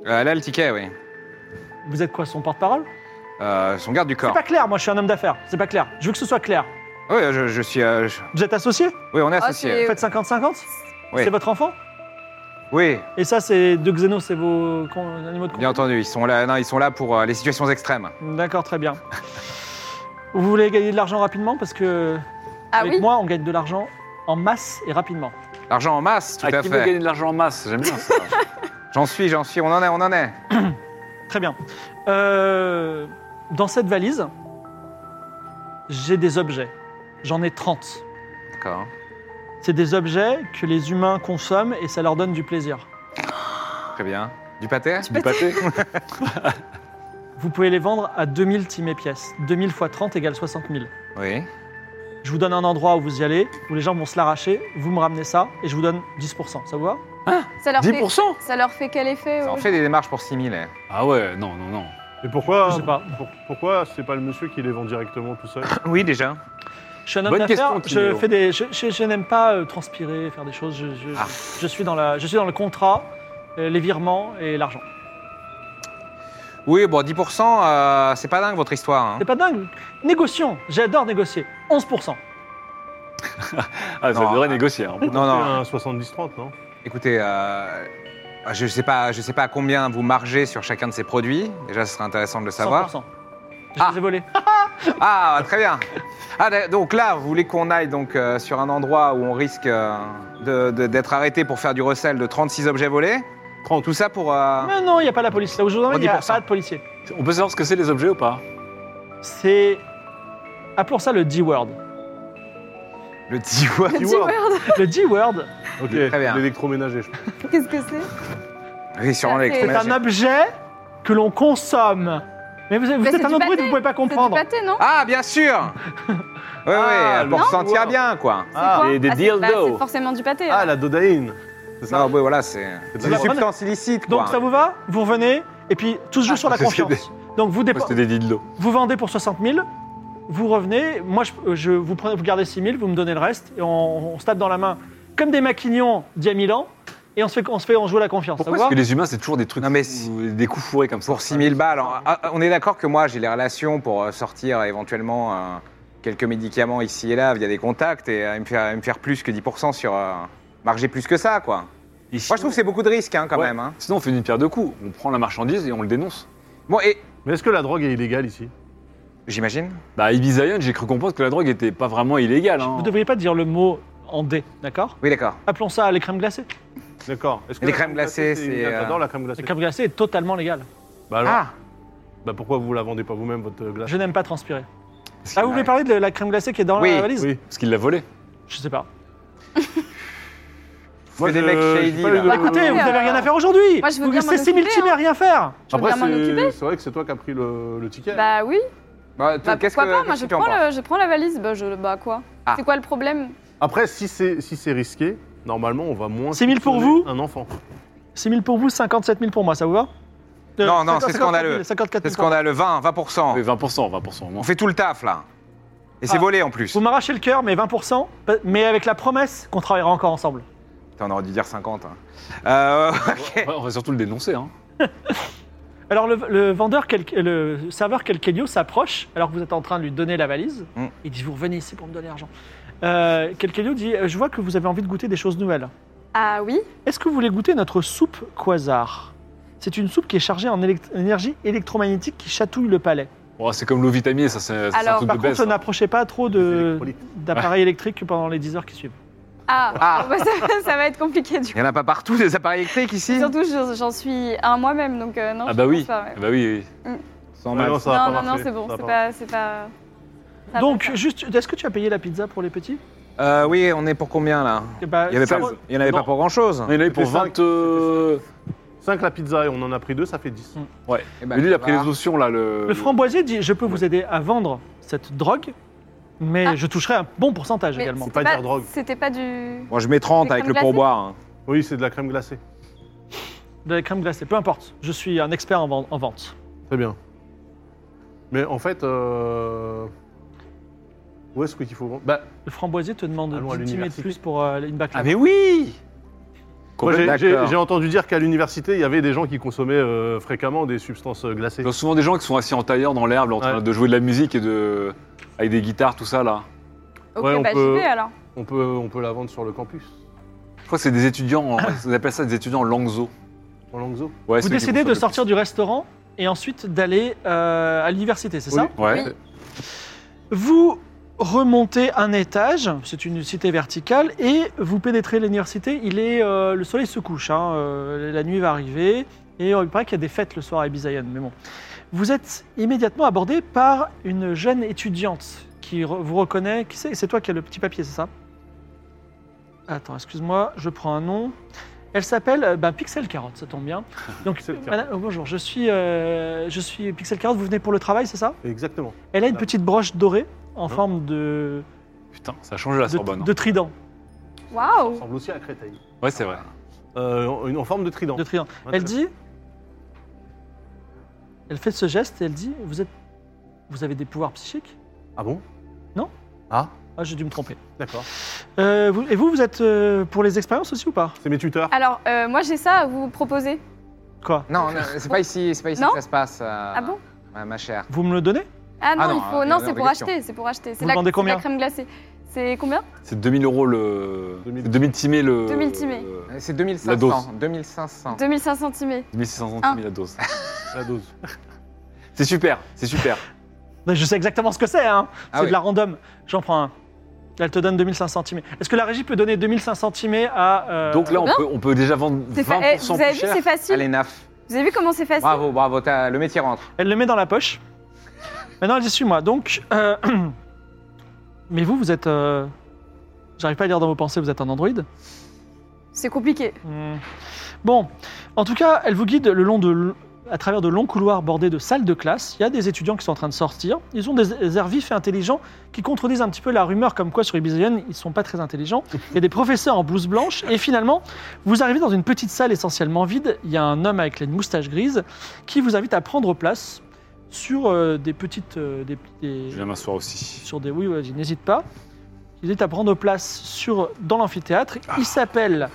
Speaker 4: Euh, là, le ticket, oui.
Speaker 1: Vous êtes quoi son porte-parole
Speaker 4: Euh, son garde du
Speaker 1: C'est
Speaker 4: corps.
Speaker 1: pas clair, moi je suis un homme d'affaires, c'est pas clair. Je veux que ce soit clair.
Speaker 4: Oui, je, je suis. euh, je-
Speaker 1: Vous êtes associé
Speaker 4: Oui, on est
Speaker 6: Ah,
Speaker 4: associés.
Speaker 6: c'est-
Speaker 1: Faites 50-50
Speaker 4: Oui.
Speaker 1: C'est votre enfant
Speaker 4: Oui,
Speaker 1: Et ça c'est de Xeno, c'est vos con- animaux de
Speaker 4: bien
Speaker 1: compagnie
Speaker 4: entendu. Ils sont là, non, ils sont là pour euh, les situations extrêmes.
Speaker 1: D'accord, très bien. vous voulez gagner de l'argent rapidement parce que
Speaker 6: Ah
Speaker 1: avec
Speaker 6: oui
Speaker 1: moi on gagne de l'argent en masse et rapidement.
Speaker 4: L'argent en masse, tout
Speaker 5: Ah,
Speaker 4: à
Speaker 5: qui veut
Speaker 4: fait.
Speaker 5: gagner de l'argent en masse J'aime bien ça.
Speaker 4: J'en suis, j'en suis. On en est, on en est.
Speaker 1: Très bien. Euh, dans cette valise, j'ai des objets. J'en ai 30.
Speaker 4: D'accord.
Speaker 1: C'est des objets que les humains consomment et ça leur donne du plaisir.
Speaker 4: Très bien. Du pâté
Speaker 5: du pâté.
Speaker 1: Vous pouvez les vendre à 2000 timés pièces. 2000 x 30 égale 60 000.
Speaker 4: Oui.
Speaker 1: Je vous donne un endroit où vous y allez, où les gens vont se l'arracher, vous me ramenez ça et je vous donne 10%. Ça vous va
Speaker 6: ça leur, fait...
Speaker 5: 10%
Speaker 6: ça leur fait quel effet
Speaker 4: Ça en
Speaker 6: euh,
Speaker 4: fait des démarches pour 6000. eh.
Speaker 5: Ah ouais, non, non, non.
Speaker 3: Et pourquoi, hein,
Speaker 1: Je sais pas.
Speaker 3: pour- pourquoi c'est pas le monsieur qui les vend directement tout seul
Speaker 4: Oui, déjà.
Speaker 1: Je suis un homme
Speaker 5: Bonne
Speaker 1: d'affaires,
Speaker 5: question,
Speaker 1: je,
Speaker 5: Timéo.
Speaker 1: fais des, je, je- je n'aime pas euh, transpirer, faire des choses. Je, je-
Speaker 4: Ah.
Speaker 1: je suis, dans la, je suis dans le contrat, euh, les virements et l'argent.
Speaker 4: Oui, bon, 10%, euh, c'est pas dingue votre histoire. hein.
Speaker 1: C'est pas dingue Négocions, j'adore négocier. 11%.
Speaker 5: Ah, ça
Speaker 4: Non,
Speaker 5: devrait
Speaker 4: ah.
Speaker 5: négocier. hein.
Speaker 4: Non, non.
Speaker 3: C'est un 70-30, non
Speaker 4: Écoutez, euh, je sais pas, je sais pas à combien vous margez sur chacun de ces produits. Déjà, ce serait intéressant de le savoir.
Speaker 1: 100%. Je
Speaker 4: Ah.
Speaker 1: les ai volés.
Speaker 4: Ah, très bien. Ah, d'a- donc là, vous voulez qu'on aille donc euh, sur un endroit où on risque euh, de- de- d'être arrêté pour faire du recel de 36 objets volés Tout ça pour... euh,
Speaker 1: Ah, Mais non, il n'y a pas la police. Là où je vous emmène, il n'y a
Speaker 4: 10%.
Speaker 1: pas de policier.
Speaker 5: On peut savoir ce que c'est les objets ou pas
Speaker 1: C'est. Appelons ça le D-word.
Speaker 4: Le D-word
Speaker 6: Le D-word,
Speaker 1: Le D-word,
Speaker 3: Ok,
Speaker 4: Très bien.
Speaker 3: l'électroménager, je pense.
Speaker 6: qu'est-ce que c'est
Speaker 4: Oui, sûrement
Speaker 6: C'est-
Speaker 1: c'est
Speaker 4: l'électroménager.
Speaker 1: un objet que l'on consomme. Mais vous, vous
Speaker 6: Mais
Speaker 1: êtes
Speaker 6: c'est
Speaker 1: un
Speaker 6: du
Speaker 1: android,
Speaker 6: pâté.
Speaker 1: vous ne pouvez pas
Speaker 6: C'est du
Speaker 1: comprendre.
Speaker 6: pâté, non
Speaker 4: Ah, bien sûr Oui,
Speaker 3: Ah,
Speaker 4: oui, pour
Speaker 3: le
Speaker 4: se sentir
Speaker 3: pouvoir.
Speaker 4: bien, quoi.
Speaker 6: C'est quoi
Speaker 5: des- des
Speaker 6: Ah, c'est-
Speaker 5: dildos.
Speaker 6: bah, C'est forcément du pâté.
Speaker 3: Ah,
Speaker 6: alors.
Speaker 3: la dodaïne C'est ça
Speaker 4: Non, oui, voilà, c'est
Speaker 3: C'est
Speaker 4: c'est
Speaker 3: de
Speaker 4: une
Speaker 3: la
Speaker 4: substance illicite, quoi.
Speaker 1: Donc ça vous va Vous revenez et puis tout se joue sur la
Speaker 5: Ah, c'est
Speaker 1: confiance. Donc vous, dépo-
Speaker 5: C'était des dildos.
Speaker 1: vous vendez pour 60 000, vous revenez, moi je, euh, je- vous, prenez, vous gardez 6 000, vous me donnez le reste et on, on se tape dans la main comme des maquignons d'il y a 1000 ans et on se fait, on se fait on joue à la confiance. ça
Speaker 5: Pourquoi est-ce
Speaker 1: vous
Speaker 5: que
Speaker 1: va
Speaker 5: les humains, c'est toujours des trucs,
Speaker 4: Non, mais si-
Speaker 5: fous, des coups fourrés comme ça
Speaker 4: Pour 6000 balles, en- ah, ah, on est d'accord que moi, j'ai les relations pour euh, sortir éventuellement euh, quelques médicaments ici et là via des contacts et euh, et me, faire, me faire plus que 10% sur... euh, marger plus que ça, quoi. Moi, je trouve que c'est beaucoup de risques, hein, quand
Speaker 5: Ouais.
Speaker 4: même. hein.
Speaker 5: Sinon, on fait d'une pierre deux coups. On prend la marchandise et on le dénonce.
Speaker 4: Bon, et...
Speaker 3: Mais est-ce que la drogue est illégale ici
Speaker 4: J'imagine
Speaker 5: Bah, Ibizaïon, j'ai cru comprendre que la drogue était pas vraiment illégale. hein.
Speaker 1: Vous ne devriez pas dire le mot en D, d'accord
Speaker 4: Oui, d'accord.
Speaker 1: Appelons ça les crèmes glacées.
Speaker 3: D'accord. Est-ce
Speaker 4: Les
Speaker 3: la
Speaker 4: crèmes
Speaker 3: crème
Speaker 4: glacées, c'est,
Speaker 3: une-
Speaker 4: euh,
Speaker 3: J'adore la crème glacée.
Speaker 1: La crème glacée est totalement légale.
Speaker 3: Bah alors,
Speaker 4: ah
Speaker 3: bah pourquoi vous la vendez pas vous-même, votre glace
Speaker 1: Je n'aime pas transpirer.
Speaker 5: Parce qu'il-
Speaker 1: Ah, vous voulez parler de la crème glacée qui est dans
Speaker 4: Oui,
Speaker 1: la valise
Speaker 3: oui.
Speaker 5: Parce qu'il l'a volé.
Speaker 1: Je sais pas.
Speaker 4: Moi, des mecs
Speaker 3: Euh,
Speaker 4: shady, là.
Speaker 1: Bah, écoutez, vous
Speaker 6: euh,
Speaker 1: n'avez rien à faire aujourd'hui
Speaker 6: moi, je veux
Speaker 1: Vous
Speaker 6: bien
Speaker 1: restez
Speaker 6: m'en
Speaker 1: 6 000
Speaker 6: occuper,
Speaker 1: teams à rien faire
Speaker 6: Je veux bien m'en
Speaker 3: c'est-
Speaker 6: occuper.
Speaker 3: c'est vrai que c'est toi qui as pris le, le ticket.
Speaker 6: Bah oui.
Speaker 4: Bah, t-
Speaker 6: Bah,
Speaker 4: qu'est-ce
Speaker 6: pourquoi
Speaker 4: que-
Speaker 6: pas Moi,
Speaker 4: qu'est-ce
Speaker 6: je
Speaker 4: que tu en
Speaker 6: prends,
Speaker 4: penses
Speaker 6: le- je prends la valise. Bah, je, bah quoi
Speaker 4: Ah.
Speaker 6: C'est quoi le problème
Speaker 3: Après, si c'est si c'est risqué, normalement, on va moins.
Speaker 1: 6 000 pour
Speaker 3: soupçonner
Speaker 1: vous
Speaker 3: Un enfant.
Speaker 1: 6 000 pour vous, 57 000 pour moi, ça vous va Euh,
Speaker 4: Non, non,
Speaker 1: 54
Speaker 4: c'est
Speaker 1: 000,
Speaker 4: scandaleux.
Speaker 1: 54
Speaker 4: C'est
Speaker 1: 000 pour moi.
Speaker 4: scandaleux, 20, 20%.
Speaker 5: Oui, 20%, 20% au moins.
Speaker 4: On fait tout le taf, là. Et c'est
Speaker 1: Ah.
Speaker 4: volé, en plus.
Speaker 1: Vous m'arrachez le cœur, mais 20%, mais avec la promesse qu'on travaillera encore ensemble.
Speaker 4: Putain, on aurait dû dire 50. hein. Euh,
Speaker 5: Ouais, on va surtout le dénoncer. Hein.
Speaker 1: Alors le, le vendeur, quel- le serveur Quelkelio s'approche, alors que vous êtes en train de lui donner la valise.
Speaker 4: Mm.
Speaker 1: Il dit, vous revenez ici pour me donner l'argent. Euh, Quelkelio dit, je vois que vous avez envie de goûter des choses nouvelles.
Speaker 6: Ah oui
Speaker 1: Est-ce que vous voulez goûter notre soupe quasar C'est une soupe qui est chargée en élect- énergie électromagnétique qui chatouille le palais.
Speaker 5: Oh, c'est comme l'eau vitamée, ça, c'est ça, c'est un
Speaker 6: Alors,
Speaker 5: truc
Speaker 1: Par
Speaker 5: de baisse. hein.
Speaker 1: contre, n'approchez pas trop de-
Speaker 3: électrolytes.
Speaker 1: d'appareils électriques pendant les 10 heures qui suivent.
Speaker 6: Ah,
Speaker 4: Ah.
Speaker 6: Bah, ça, ça va être compliqué du coup.
Speaker 4: Il n'y en a pas partout, des appareils électriques, ici
Speaker 6: Surtout, je- j'en suis un moi-même, donc euh, non.
Speaker 5: Ah
Speaker 6: je
Speaker 5: bah
Speaker 6: pense
Speaker 5: oui.
Speaker 6: pas, ouais.
Speaker 5: Ah Bah oui, oui.
Speaker 4: Sans
Speaker 3: Ouais,
Speaker 4: mal.
Speaker 3: ça va pas
Speaker 6: non, non, non,
Speaker 3: marcher,
Speaker 6: c'est bon,
Speaker 3: ça va
Speaker 6: c'est
Speaker 3: pas
Speaker 6: pas, c'est pas. ça va
Speaker 1: Donc,
Speaker 6: pas.
Speaker 1: juste, est-ce que tu as payé la pizza pour les petits
Speaker 4: Euh, oui, on est pour combien, là
Speaker 1: Eh ben,
Speaker 4: Il n'y
Speaker 1: ça-
Speaker 4: en avait
Speaker 5: Non.
Speaker 4: pas pour grand-chose.
Speaker 5: On est là pour
Speaker 3: C'était cinq,
Speaker 5: 20. euh,
Speaker 3: 5 la pizza et on en a pris 2, ça fait 10.
Speaker 4: Eh ben,
Speaker 5: Mais lui, il a
Speaker 4: ça
Speaker 5: pris
Speaker 4: va.
Speaker 3: Bah.
Speaker 5: les notions, là. Le,
Speaker 1: Le framboisier dit Je peux vous aider à vendre cette drogue, mais
Speaker 6: Ah.
Speaker 1: je toucherai un bon pourcentage
Speaker 6: Mais
Speaker 1: également.
Speaker 6: c'était
Speaker 3: Pas dire drogue.
Speaker 6: C'était pas du.
Speaker 4: Bon, je mets 30
Speaker 6: Des
Speaker 4: avec le
Speaker 6: crèmes
Speaker 4: pourboire. hein.
Speaker 3: Oui, c'est de la crème glacée.
Speaker 1: De la crème glacée, peu importe. Je suis un expert en ven- en vente.
Speaker 3: Très bien. Mais en fait, euh... où est-ce qu'il faut vendre Bah,
Speaker 1: Le framboisier te demande
Speaker 3: Allons
Speaker 1: 10 000
Speaker 3: à
Speaker 1: de
Speaker 3: l'université.
Speaker 1: plus pour euh, une bac
Speaker 4: Ah, mais oui
Speaker 3: moi, j'ai- j'ai
Speaker 4: D'accord.
Speaker 3: j'ai entendu dire qu'à l'université, il y avait des gens qui consommaient euh, fréquemment des substances euh, glacées.
Speaker 5: Il y a souvent des gens qui sont assis en tailleur dans l'herbe, en train
Speaker 3: Ouais.
Speaker 5: de jouer de la musique et de. avec des guitares, tout ça, là.
Speaker 6: Ok,
Speaker 3: Ouais, on
Speaker 6: bah
Speaker 3: peut-
Speaker 6: j'y vais alors.
Speaker 3: On peut, on peut la vendre sur le campus,
Speaker 5: Je crois que c'est des étudiants, en- ils appellent ça des étudiants en langzo.
Speaker 3: en Langzo.
Speaker 5: Ouais,
Speaker 1: Vous
Speaker 5: ceux qui
Speaker 1: décidez
Speaker 5: vont
Speaker 1: de
Speaker 5: faire
Speaker 1: sortir du restaurant et ensuite d'aller euh, à l'université, c'est ça
Speaker 5: le- Ouais.
Speaker 6: Oui.
Speaker 1: Vous remontez un étage, c'est une cité verticale, et vous pénétrez l'université. Il est, euh, le soleil se couche, hein, euh, la nuit va arriver, et il paraît qu'il y a des fêtes le soir à Ibizaïon, mais bon. Vous êtes immédiatement abordé par une jeune étudiante qui re- vous reconnaît. Qui c'est C'est toi qui as le petit papier, c'est ça Attends, excuse-moi, je prends un nom. Elle s'appelle euh, ben, Pixel Carotte, ça tombe bien. Donc,
Speaker 3: Pixel Carotte.
Speaker 1: madame- euh, bonjour, je suis, euh, je suis Pixel Carotte, vous venez pour le travail, c'est ça
Speaker 3: Exactement.
Speaker 1: elle a une petite broche dorée en
Speaker 3: Hein
Speaker 1: forme de,
Speaker 5: Putain, ça a changé la Sorbonne.
Speaker 1: de,
Speaker 5: hein.
Speaker 1: de trident.
Speaker 3: Ça
Speaker 6: Waouh
Speaker 3: ressemble aussi à Créteil.
Speaker 5: Ouais, c'est vrai.
Speaker 3: Euh, en, une- en forme de trident.
Speaker 1: de trident. Elle dit. Elle fait ce geste et elle dit Vous, êtes, vous avez des pouvoirs psychiques
Speaker 3: Ah bon
Speaker 1: Non.
Speaker 3: Ah,
Speaker 1: Ah, j'ai dû me tromper.
Speaker 3: d'accord.
Speaker 1: Euh, vous- et vous, vous êtes euh, pour les expériences aussi ou pas
Speaker 3: C'est mes tuteurs.
Speaker 6: Alors, euh, moi j'ai ça à vous proposer.
Speaker 1: Quoi
Speaker 4: Non, non, c'est pas ici, c'est pas ici
Speaker 6: Non
Speaker 4: que ça se passe. euh,
Speaker 6: Ah bon
Speaker 4: ma- Ma chère.
Speaker 1: Vous me le donnez
Speaker 6: Ah non,
Speaker 4: Ah non,
Speaker 6: il
Speaker 4: euh,
Speaker 6: faut. Non,
Speaker 4: non,
Speaker 6: c'est pour
Speaker 4: question.
Speaker 6: acheter, c'est pour acheter. C'est
Speaker 1: Vous
Speaker 6: la,
Speaker 1: vendez
Speaker 6: c'est
Speaker 1: combien
Speaker 6: la crème glacée. C'est combien
Speaker 5: C'est 2000 euros le.
Speaker 3: 2000.
Speaker 5: 2000 timés le.
Speaker 6: 2000 timés.
Speaker 5: euh,
Speaker 4: C'est
Speaker 5: La dose.
Speaker 4: 2500. 2500.
Speaker 6: 2500 centimes.
Speaker 5: 1600
Speaker 6: Un.
Speaker 5: timés la dose.
Speaker 3: La dose.
Speaker 5: C'est super, c'est super.
Speaker 1: Mais Ben, Je sais exactement ce que c'est, hein.
Speaker 4: Ah
Speaker 1: c'est
Speaker 4: oui.
Speaker 1: de la random. J'en prends un. Elle te donne 2500 timés. Est-ce que la régie peut donner 2500 timés à. euh,
Speaker 5: Donc là, on
Speaker 6: bien.
Speaker 5: peut, on peut déjà vendre
Speaker 6: C'est fa- eh,
Speaker 5: 20%
Speaker 6: Vous avez
Speaker 5: plus
Speaker 6: vu,
Speaker 5: cher.
Speaker 6: c'est facile.
Speaker 4: Allez, naf.
Speaker 6: Vous avez vu comment c'est facile
Speaker 4: Bravo, bravo, t'as- le métier rentre.
Speaker 1: Elle le met dans la poche. Maintenant, elle dit Suis-moi. Donc. euh, Mais vous, vous êtes. euh, J'arrive pas à lire dans vos pensées, vous êtes un androïde
Speaker 6: C'est compliqué.
Speaker 1: Hmm. Bon, en tout cas, elle vous guide le long de, à travers de longs couloirs bordés de salles de classe. Il y a des étudiants qui sont en train de sortir. Ils ont des airs vifs et intelligents qui contredisent un petit peu la rumeur comme quoi sur Ibizion, ils sont pas très intelligents. Il y a des professeurs en blouse blanche. Et finalement, vous arrivez dans une petite salle essentiellement vide. Il y a un homme avec une moustache grise qui vous invite à prendre place sur euh, des petites... euh, des- des-
Speaker 5: Je viens m'asseoir aussi.
Speaker 1: sur des... Oui, vas-y, n'hésite pas. Il est à prendre place sur, dans l'amphithéâtre. Il s'appelle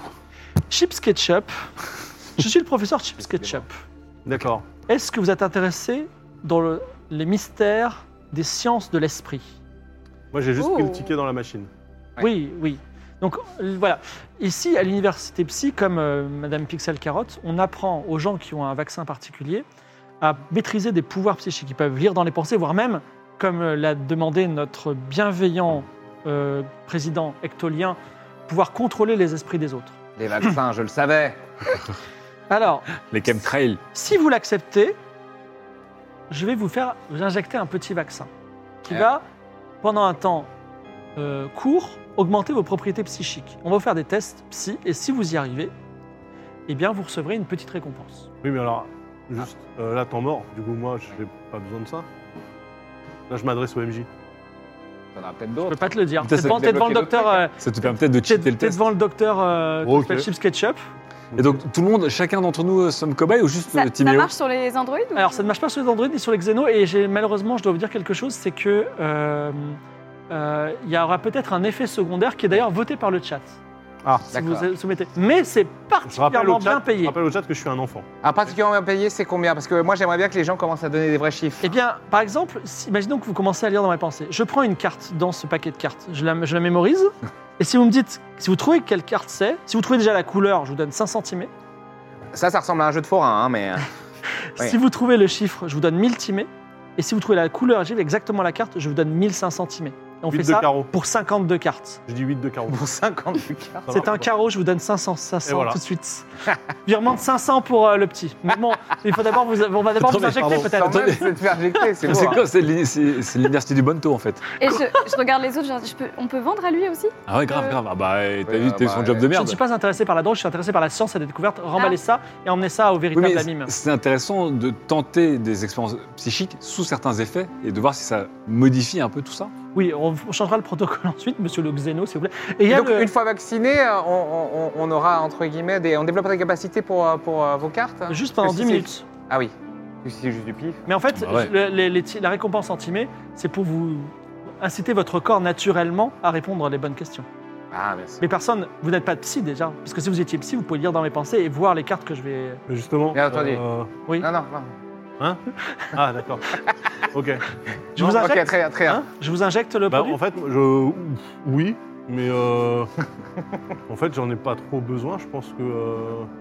Speaker 1: Chips Ketchup. Je suis le professeur Chips Ketchup.
Speaker 3: D'accord.
Speaker 1: Est-ce que vous êtes intéressé dans le- les mystères des sciences de l'esprit
Speaker 3: Moi, j'ai juste pris le
Speaker 6: Oh.
Speaker 3: ticket dans la machine.
Speaker 1: Oui, oui. Donc euh, voilà, ici à l'université psy, comme euh, Madame Pixel Carotte, on apprend aux gens qui ont un vaccin particulier à maîtriser des pouvoirs psychiques. Ils peuvent lire dans les pensées, voire même, comme euh, l'a demandé notre bienveillant euh, président Hectolien, pouvoir contrôler les esprits des autres.
Speaker 4: Les vaccins, je le savais.
Speaker 1: Alors,
Speaker 5: Les chemtrails.
Speaker 1: Si vous l'acceptez, je vais vous faire vous injecter un petit vaccin qui
Speaker 4: Ouais.
Speaker 1: va, pendant un temps euh, court, augmenter vos propriétés psychiques. On va vous faire des tests psy et si vous y arrivez, eh bien vous recevrez une petite récompense.
Speaker 3: Oui, mais alors, juste euh, là, temps mort. Du coup, moi, j'ai pas besoin de ça. Là, je m'adresse au MJ.
Speaker 4: T'en auras peut-être
Speaker 1: Je peux
Speaker 4: d'autres.
Speaker 1: pas te le dire.
Speaker 5: Peut-être
Speaker 1: T'es
Speaker 5: ça
Speaker 1: devant,
Speaker 5: peut
Speaker 1: t'es devant le
Speaker 4: débloquer
Speaker 1: docteur, euh,
Speaker 5: Ça te permet peut-être de
Speaker 1: t'es,
Speaker 5: cheater hein. le
Speaker 1: t'es
Speaker 5: test.
Speaker 1: devant le docteur euh,
Speaker 3: Ok.
Speaker 1: Ketchup, Chips Ketchup.
Speaker 5: Et donc, tout le monde, chacun d'entre nous euh, sommes cobayes ou juste
Speaker 6: Ça,
Speaker 5: euh,
Speaker 6: ça
Speaker 5: Timéo
Speaker 6: marche sur les androïdes ou-
Speaker 1: Alors ça ne marche pas sur les Android ni sur les Xeno et j'ai- malheureusement je dois vous dire quelque chose, c'est que euh, euh, il y aura peut-être un effet secondaire qui est d'ailleurs voté par le chat.
Speaker 3: Ah,
Speaker 1: si
Speaker 4: d'accord.
Speaker 1: vous soumettez. Mais c'est
Speaker 3: Je rappelle,
Speaker 1: particulièrement
Speaker 3: au chat,
Speaker 1: bien
Speaker 3: je
Speaker 1: payé.
Speaker 3: rappelle au chat que je suis un enfant.
Speaker 4: Ah, particulièrement payé, c'est combien Parce que moi, j'aimerais bien que les gens commencent à donner des vrais chiffres.
Speaker 1: Eh bien, par exemple, si- imaginons que vous commencez à lire dans mes pensées. Je prends une carte dans ce paquet de cartes, je la, je la mémorise, et si vous me dites, si vous trouvez quelle carte c'est, si vous trouvez déjà la couleur, je vous donne 5 centimes.
Speaker 4: Ça, ça ressemble à un jeu de forain, hein, mais. euh, Oui.
Speaker 1: Si vous trouvez le chiffre, je vous donne 1000 timés. Et si vous trouvez la couleur, j'ai exactement la carte, je vous donne 1500 timés. Et on
Speaker 3: 8
Speaker 1: fait
Speaker 3: de
Speaker 1: ça
Speaker 3: carreau.
Speaker 1: pour 52 cartes.
Speaker 3: Je dis 8 de carreau.
Speaker 4: Pour 50 cartes.
Speaker 3: Ça
Speaker 1: C'est
Speaker 3: va
Speaker 1: un carreau, je vous donne 500, 500
Speaker 3: Et voilà.
Speaker 1: tout de suite. Virement de 500 pour euh, le petit. Mais bon, il faut d'abord vous, on va d'abord vous
Speaker 5: Attendez,
Speaker 1: injecter
Speaker 5: pardon.
Speaker 1: peut-être.
Speaker 5: Attendez.
Speaker 4: C'est de faire éjecter, c'est hein.
Speaker 5: Mais C'est
Speaker 4: lourd.
Speaker 5: quoi C'est l'uni- c'est- c'est l'université du Bonto en fait.
Speaker 6: Et je, je regarde les autres, genre, je peux- on peut vendre à lui aussi
Speaker 5: Ah ouais, grave,
Speaker 6: Euh,
Speaker 5: grave. Ah bah, eh, t'as
Speaker 4: Ouais,
Speaker 5: vu,
Speaker 4: ah
Speaker 5: t'as eu son
Speaker 4: bah,
Speaker 5: job
Speaker 4: ouais.
Speaker 5: de
Speaker 1: Je
Speaker 5: merde.
Speaker 1: ne suis pas intéressé par la drogue, je suis intéressé par la science et la découverte. Remballez ça
Speaker 6: Ah.
Speaker 1: et emmenez ça au
Speaker 5: Oui,
Speaker 1: véritable
Speaker 5: mais
Speaker 1: anime.
Speaker 5: c'est intéressant de tenter des expériences psychiques sous certains effets et de voir si ça modifie un peu tout ça.
Speaker 1: Oui, on, on changera le protocole ensuite, monsieur le xéno, s'il vous plaît. Et il y
Speaker 4: Et
Speaker 1: a
Speaker 4: donc,
Speaker 1: le-
Speaker 4: une fois vacciné, euh, on, on- on- on aura, entre guillemets, des... on développera des capacités pour, euh, pour euh, vos cartes hein
Speaker 1: juste pendant
Speaker 4: Parce que
Speaker 1: 10
Speaker 4: c'est-
Speaker 1: minutes.
Speaker 4: Ah oui. Parce que C'est juste du pif.
Speaker 1: Mais en fait,
Speaker 5: Bah ouais.
Speaker 1: le- les- les ti- la récompense en timé, c'est pour vous inciter votre corps naturellement à répondre à les bonnes questions.
Speaker 4: Ah, bien sûr.
Speaker 1: Mais personne, vous n'êtes pas psy déjà, parce que si vous étiez psy, vous pouvez lire dans mes pensées et voir les cartes que je vais...
Speaker 3: Mais justement.
Speaker 4: Mais attendez.
Speaker 3: euh,
Speaker 1: Oui.
Speaker 4: Non, non, non.
Speaker 3: Ah, d'accord. ok.
Speaker 1: Je
Speaker 3: Non,
Speaker 1: vous injecte,
Speaker 4: Ok, très bien, très bien.
Speaker 1: hein je vous injecte le
Speaker 3: Bah,
Speaker 1: produit.
Speaker 3: en fait, je. Oui, mais. euh, en fait, j'en ai pas trop besoin. Je pense que. euh,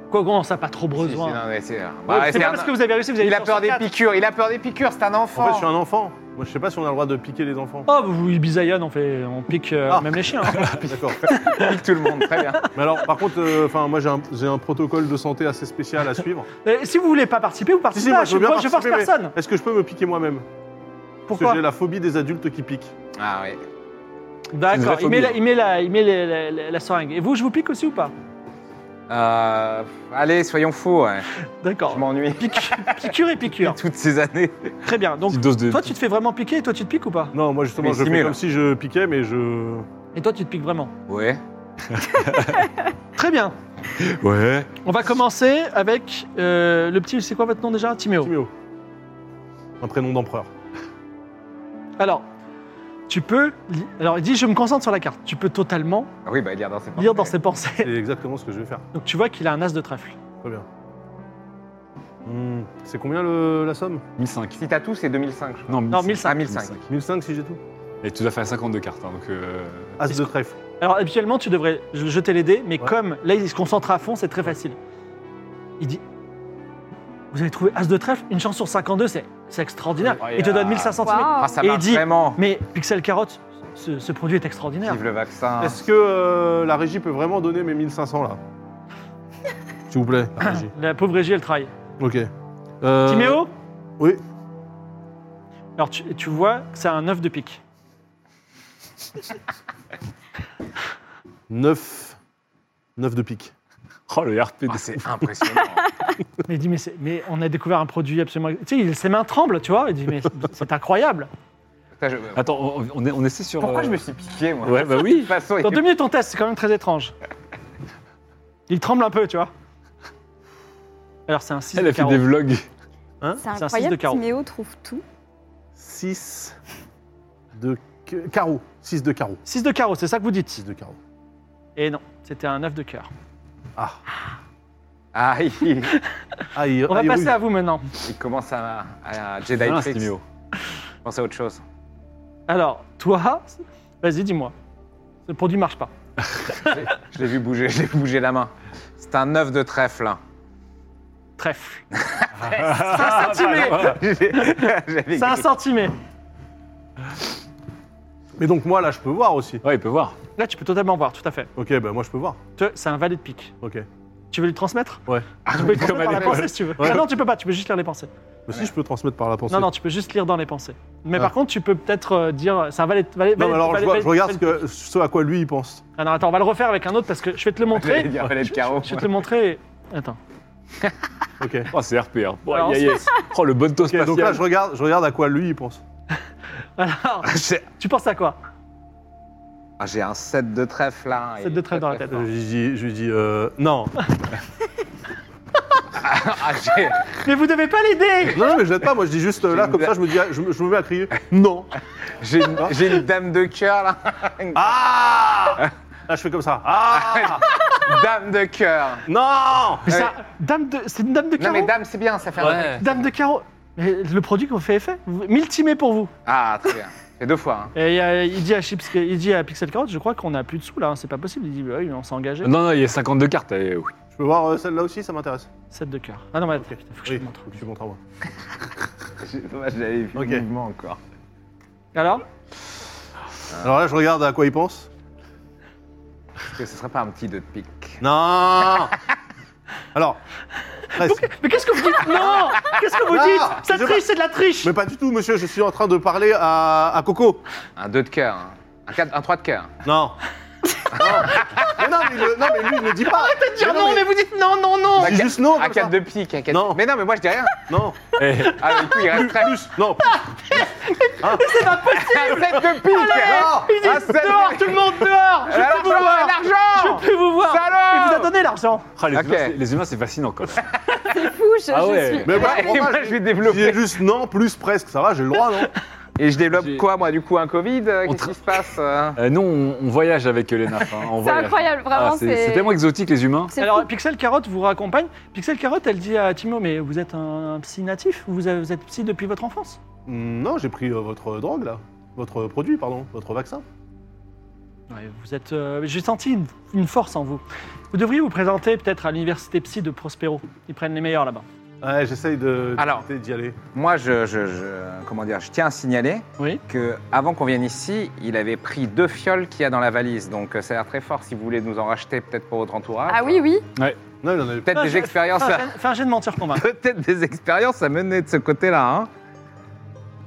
Speaker 1: Quoi, comment ça, pas trop
Speaker 4: Si, si,
Speaker 1: besoin
Speaker 4: non, mais c'est-
Speaker 1: Ouais,
Speaker 4: bah,
Speaker 1: C'est
Speaker 4: c'est
Speaker 1: pas
Speaker 4: un-
Speaker 1: parce que vous avez réussi, vous avez
Speaker 4: Il a
Speaker 1: sur
Speaker 4: peur des
Speaker 1: 104.
Speaker 4: piqûres, il a peur des piqûres, c'est un
Speaker 3: En fait, je
Speaker 4: enfant.
Speaker 3: suis un enfant. Moi, je sais pas si on a le droit de piquer les enfants.
Speaker 1: Oh, vous, Ibizaïon, on, fait, on pique euh,
Speaker 3: Ah.
Speaker 1: même les chiens. hein.
Speaker 3: D'accord.
Speaker 4: Pique tout le monde, très bien.
Speaker 3: Mais alors, par contre, euh, enfin, moi, j'ai un, j'ai un protocole de santé assez spécial à suivre.
Speaker 1: Et Euh, si vous voulez pas participer, vous participez.
Speaker 3: Si, si, moi,
Speaker 1: pas,
Speaker 3: je
Speaker 1: je,
Speaker 3: veux bien
Speaker 1: moi, je force
Speaker 3: participer, mais-
Speaker 1: personne.
Speaker 3: Est-ce que je peux me piquer moi-même Parce
Speaker 1: Pourquoi
Speaker 3: que j'ai la phobie des adultes qui piquent.
Speaker 4: Ah oui.
Speaker 5: une vraie
Speaker 1: D'accord, il met,
Speaker 5: phobie,
Speaker 1: la,
Speaker 5: hein.
Speaker 1: il met, la, il met les- les- les- la seringue. Et vous, je vous pique aussi ou pas
Speaker 4: Euh, allez, soyons fous, ouais.
Speaker 1: D'accord.
Speaker 4: je m'ennuie.
Speaker 1: Pique- piqûre et piqûre.
Speaker 4: Toutes ces années.
Speaker 1: Très bien. Donc,
Speaker 5: Petite dose de.
Speaker 1: toi, tu te fais vraiment piquer et toi, tu te piques ou pas
Speaker 3: Non, moi, justement,
Speaker 4: Mais
Speaker 3: je fais
Speaker 4: simule.
Speaker 3: comme si je piquais, mais je.
Speaker 1: Et toi, tu te piques vraiment.
Speaker 4: Ouais.
Speaker 1: Très bien.
Speaker 5: Ouais.
Speaker 1: On va commencer avec euh, le petit. C'est quoi votre nom déjà Timéo.
Speaker 3: Timéo. Un prénom d'empereur.
Speaker 1: Alors, tu peux. li- Alors, il dit je me concentre sur la carte. Tu peux totalement
Speaker 4: Ah oui, bah lire dans ses pensées.
Speaker 1: lire dans ses pensées.
Speaker 3: C'est exactement ce que je vais faire.
Speaker 1: Donc, tu vois qu'il a un as de trèfle.
Speaker 3: Très bien. Hmm, c'est combien le- la somme
Speaker 5: 1005.
Speaker 4: Si t'as tout, c'est 2005, je crois.
Speaker 5: Non,
Speaker 1: Non,
Speaker 5: 1005.
Speaker 1: 1005.
Speaker 4: Ah, 1005.
Speaker 3: 1005 si j'ai tout
Speaker 5: Et tu dois faire 52 cartes. hein, donc, euh,
Speaker 3: As de trèfle.
Speaker 1: Alors habituellement tu devrais je- jeter les dés, mais
Speaker 3: Ouais.
Speaker 1: comme là il se concentre à fond, c'est très facile. Il dit Vous avez trouvé As de trèfle Une chance sur 52, c'est C'est extraordinaire.
Speaker 4: Ouais,
Speaker 1: il te donne
Speaker 4: ah.
Speaker 1: 1500
Speaker 6: Waouh.
Speaker 4: Ah, ça
Speaker 1: Et il
Speaker 4: marche
Speaker 1: dit-
Speaker 4: vraiment.
Speaker 1: Mais Pixel Carotte, ce, ce produit est extraordinaire.
Speaker 4: Vive le vaccin.
Speaker 3: Est-ce que euh, la régie peut vraiment donner mes 1500 là S'il vous plaît, la régie.
Speaker 1: La pauvre régie, elle travaille.
Speaker 3: Ok. Euh,
Speaker 1: Timéo
Speaker 3: Oui.
Speaker 1: Alors tu, tu vois, que c'est un œuf de pique.
Speaker 3: 9. 9 de pique.
Speaker 5: Oh, le RP
Speaker 4: Ah,
Speaker 5: de
Speaker 4: c'est impressionnant.
Speaker 1: Mais il dit, mais, c'est- mais on a découvert un produit absolument. Tu sais, il- ses mains tremblent, tu vois. Il dit, mais c'est incroyable.
Speaker 4: Putain, je-
Speaker 5: Attends, on, on est, on essaie sur.
Speaker 4: Pourquoi
Speaker 5: euh,
Speaker 4: je me suis piqué, moi
Speaker 5: Ouais, bah
Speaker 4: De
Speaker 5: oui.
Speaker 4: toute façon, il
Speaker 1: Dans deux minutes, on teste, c'est quand même très étrange. Il tremble un peu, tu vois. Alors c'est un 6
Speaker 5: Elle
Speaker 1: de
Speaker 5: a fait
Speaker 1: carreau.
Speaker 5: des vlogs. Ah,
Speaker 3: Hein
Speaker 6: C'est
Speaker 1: Ah, C'est un six de
Speaker 6: incroyable,
Speaker 1: carreau.
Speaker 6: Timéo trouve tout.
Speaker 3: 6 de ca- carreau. 6 de carreau.
Speaker 1: 6 de carreau, c'est ça que vous
Speaker 3: 6
Speaker 1: dites.
Speaker 3: de carreau.
Speaker 1: Et Eh non, c'était un œuf de cœur.
Speaker 3: Ah.
Speaker 4: Ah, il,
Speaker 3: Ah, il,
Speaker 1: On va
Speaker 3: ah, il
Speaker 1: passer
Speaker 3: ruse.
Speaker 1: à vous maintenant.
Speaker 4: il commence à, à Jedi
Speaker 5: Ah,
Speaker 4: Tricks.
Speaker 5: Timéo.
Speaker 4: Pensez à autre chose.
Speaker 1: Alors, toi, vas-y, dis-moi. Ce produit marche pas.
Speaker 4: Je l'ai vu bouger, je l'ai vu bouger la main. C'est un œuf de trèfle. hein.
Speaker 1: Trèfle.
Speaker 5: Ah,
Speaker 3: bah,
Speaker 5: voilà.
Speaker 4: J'avais
Speaker 1: C'est un
Speaker 4: gris.
Speaker 1: centimètre.
Speaker 3: Mais donc moi là je peux voir aussi.
Speaker 5: Ouais, il peut voir.
Speaker 1: Là, tu peux totalement voir, tout à fait.
Speaker 3: Ok, bah moi je peux voir.
Speaker 1: Tu- C'est un valet de pique.
Speaker 3: Ok.
Speaker 1: Tu veux lui transmettre
Speaker 3: Ouais. Ah,
Speaker 1: Tu peux lui transmettre
Speaker 5: à
Speaker 1: par la
Speaker 5: l'école.
Speaker 1: pensée si tu veux.
Speaker 3: Ouais.
Speaker 1: Ah non, tu peux pas, tu peux juste lire les pensées.
Speaker 3: Mais Bah, si je peux transmettre par la pensée.
Speaker 1: Non, non, tu peux juste lire dans les pensées. Mais
Speaker 3: Ah.
Speaker 1: par contre, tu peux peut-être euh, dire. C'est un valet. valet
Speaker 3: Non, mais
Speaker 1: valet-
Speaker 3: alors je,
Speaker 1: valet-
Speaker 3: vois- je
Speaker 1: valet-
Speaker 3: regarde ce,
Speaker 1: valet-
Speaker 3: que- ce à quoi lui il pense.
Speaker 1: Ah non, attends, on va le refaire avec un autre parce que je vais te le
Speaker 4: J'allais
Speaker 1: montrer.
Speaker 4: dire valet de carreau.
Speaker 1: Je vais te le montrer. et- Attends.
Speaker 3: Ok.
Speaker 5: Oh, c'est RP. Hein. Bon,
Speaker 1: Alors,
Speaker 5: aïe, aïe, aïe. Oh, le bonne toast
Speaker 3: Ok, donc là
Speaker 5: spatial.
Speaker 3: je regarde, je regarde à quoi lui il pense.
Speaker 1: Alors,
Speaker 4: C'est-
Speaker 1: tu penses à quoi
Speaker 4: Ah, J'ai un set de trèfle là. hein,
Speaker 1: Set de trèfle dans la tête.
Speaker 3: Je lui dis, je lui dis euh, non.
Speaker 4: Ah, j'ai-
Speaker 1: Mais vous devez pas l'aider
Speaker 3: Non, non, mais je l'aide pas, moi je dis juste euh, là,
Speaker 4: J'ai
Speaker 3: comme
Speaker 4: une-
Speaker 3: ça je me, dis, je, me- je me mets à crier non.
Speaker 4: j'ai une, j'ai une dame de cœur là. Une
Speaker 3: Ah Là je fais comme ça. Ah
Speaker 4: dame de cœur.
Speaker 3: Non
Speaker 1: Mais c'est
Speaker 4: Ouais.
Speaker 1: un- dame de- c'est une dame de
Speaker 4: Non mais
Speaker 1: carreau.
Speaker 4: dame c'est bien, ça fait un
Speaker 1: Dame, de carreau. Mais le produit qu'on fait effet. Vous- 1000 timés pour vous.
Speaker 4: Ah très bien. Fait deux fois. hein.
Speaker 1: Et euh, il, dit à Chips, il dit à Pixel Carotte, je crois qu'on a plus de sous là, hein, c'est pas possible. Il dit, bah oui, mais on s'est engagé.
Speaker 5: Non, non, il y a 52 cartes. eh, oui.
Speaker 3: Je peux voir euh, celle-là aussi, ça m'intéresse.
Speaker 1: 7 de cœur. Ah non, mais attends,
Speaker 3: Ok.
Speaker 1: putain, faut que je
Speaker 3: Oui,
Speaker 1: te montre.
Speaker 3: faut que tu montres à moi.
Speaker 4: J'ai- Dommage, j'avais vu
Speaker 3: Ok.
Speaker 4: le mouvement encore.
Speaker 1: Alors Ah.
Speaker 3: Alors là je regarde à quoi il pense.
Speaker 4: Est-ce que ce serait pas un petit deux de pique
Speaker 3: Non Alors, presque.
Speaker 1: Mais qu'est-ce que vous dites Non Qu'est-ce que vous
Speaker 3: Non,
Speaker 1: dites Ça
Speaker 3: je sais
Speaker 1: triche,
Speaker 3: pas.
Speaker 1: c'est de la triche
Speaker 3: Mais pas du tout, monsieur, je suis en train de parler à, à Coco.
Speaker 4: Un deux de cœur. hein. Un, quatre- un trois de cœur.
Speaker 3: Non. non. Mais non, mais le- non, mais lui, il ne dit pas. Arrêtez de
Speaker 1: Dire non, mais vous dites non, non, non
Speaker 3: Je dis juste non,
Speaker 4: Un
Speaker 3: comme ça.
Speaker 4: 4 de pique, un 4
Speaker 3: Non.
Speaker 4: Mais non, mais moi je dis rien.
Speaker 3: Non,
Speaker 5: Eh,
Speaker 4: Ah, du coup, il reste
Speaker 3: plus,
Speaker 4: très...
Speaker 3: plus, non.
Speaker 4: Un 7 de pique
Speaker 1: Il dit
Speaker 4: Un 7
Speaker 1: dehors, tout le monde dehors Je
Speaker 4: L'argent,
Speaker 1: peux vous voir Je
Speaker 4: l'argent
Speaker 1: peux vous voir
Speaker 4: Salaud
Speaker 1: Il vous a donné l'argent
Speaker 5: ah, les,
Speaker 4: Ok.
Speaker 5: humains, c'est- les humains, c'est fascinant, quoi.
Speaker 6: Fou, je,
Speaker 5: Ah
Speaker 6: je
Speaker 5: ouais.
Speaker 6: suis.
Speaker 3: Mais voilà,
Speaker 4: Et
Speaker 3: pour moi,
Speaker 4: moi,
Speaker 3: je-
Speaker 4: je vais
Speaker 3: Je
Speaker 4: développer.
Speaker 3: dis juste non, plus, presque, ça va, j'ai le droit, non
Speaker 4: Et je développe
Speaker 5: J'ai-
Speaker 4: quoi, moi, du coup, un Covid euh,
Speaker 5: On
Speaker 4: Qu'est-ce
Speaker 5: tra-
Speaker 4: qui se passe euh
Speaker 5: Euh, nous, on, on voyage avec les nafs. hein, on
Speaker 6: C'est
Speaker 5: voyage.
Speaker 6: incroyable,
Speaker 5: Ah,
Speaker 6: vraiment.
Speaker 5: c'est c'est tellement exotique, les humains.
Speaker 6: c'est
Speaker 1: Alors
Speaker 6: fou.
Speaker 1: Pixel Carotte vous raccompagne. Pixel Carotte, elle dit à Timo, mais vous êtes un, un psy natif vous, avez- vous êtes psy depuis votre enfance
Speaker 3: Non, j'ai pris euh, votre drogue, là. Votre produit, pardon, votre vaccin.
Speaker 1: Ouais, vous êtes. euh, J'ai senti une, une force en vous. Vous devriez vous présenter peut-être à l'université psy de Prospero. Ils prennent les meilleurs là-bas.
Speaker 3: Ouais, j'essaye de
Speaker 4: Alors.
Speaker 3: d'éviter d'y aller.
Speaker 4: Moi, je, je- je- Comment dire Je tiens à signaler
Speaker 1: Oui.
Speaker 4: que avant qu'on vienne ici, il avait pris deux fioles qu'il y a dans la valise. Donc, euh, ça a l'air très fort si vous voulez nous en racheter, peut-être pour votre entourage.
Speaker 6: Ah oui, oui.
Speaker 3: Non, il en avait
Speaker 4: Peut-être
Speaker 1: Ah,
Speaker 4: des
Speaker 1: je-
Speaker 4: expériences
Speaker 1: Fais
Speaker 4: à...
Speaker 1: un- fais un jet de mentir convaincre.
Speaker 4: Peut-être des expériences à mener de ce côté-là. hein.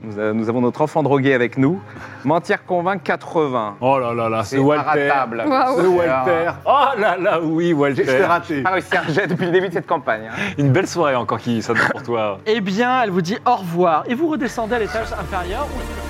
Speaker 4: nous, euh, nous avons notre enfant drogué avec nous. Mentir convainc 80.
Speaker 5: Oh là là là, ce
Speaker 4: C'est
Speaker 5: Walter.
Speaker 4: ratable.
Speaker 6: Waouh.
Speaker 5: Ce Walter. Oh là là, oui,
Speaker 3: Je l'ai
Speaker 5: Walter.
Speaker 3: raté.
Speaker 4: Ah oui, c'est un jet depuis le début de cette campagne. hein.
Speaker 5: Une belle soirée encore qui s'attend pour toi.
Speaker 1: Eh bien, elle vous dit au revoir et vous redescendez à l'étage inférieur. où-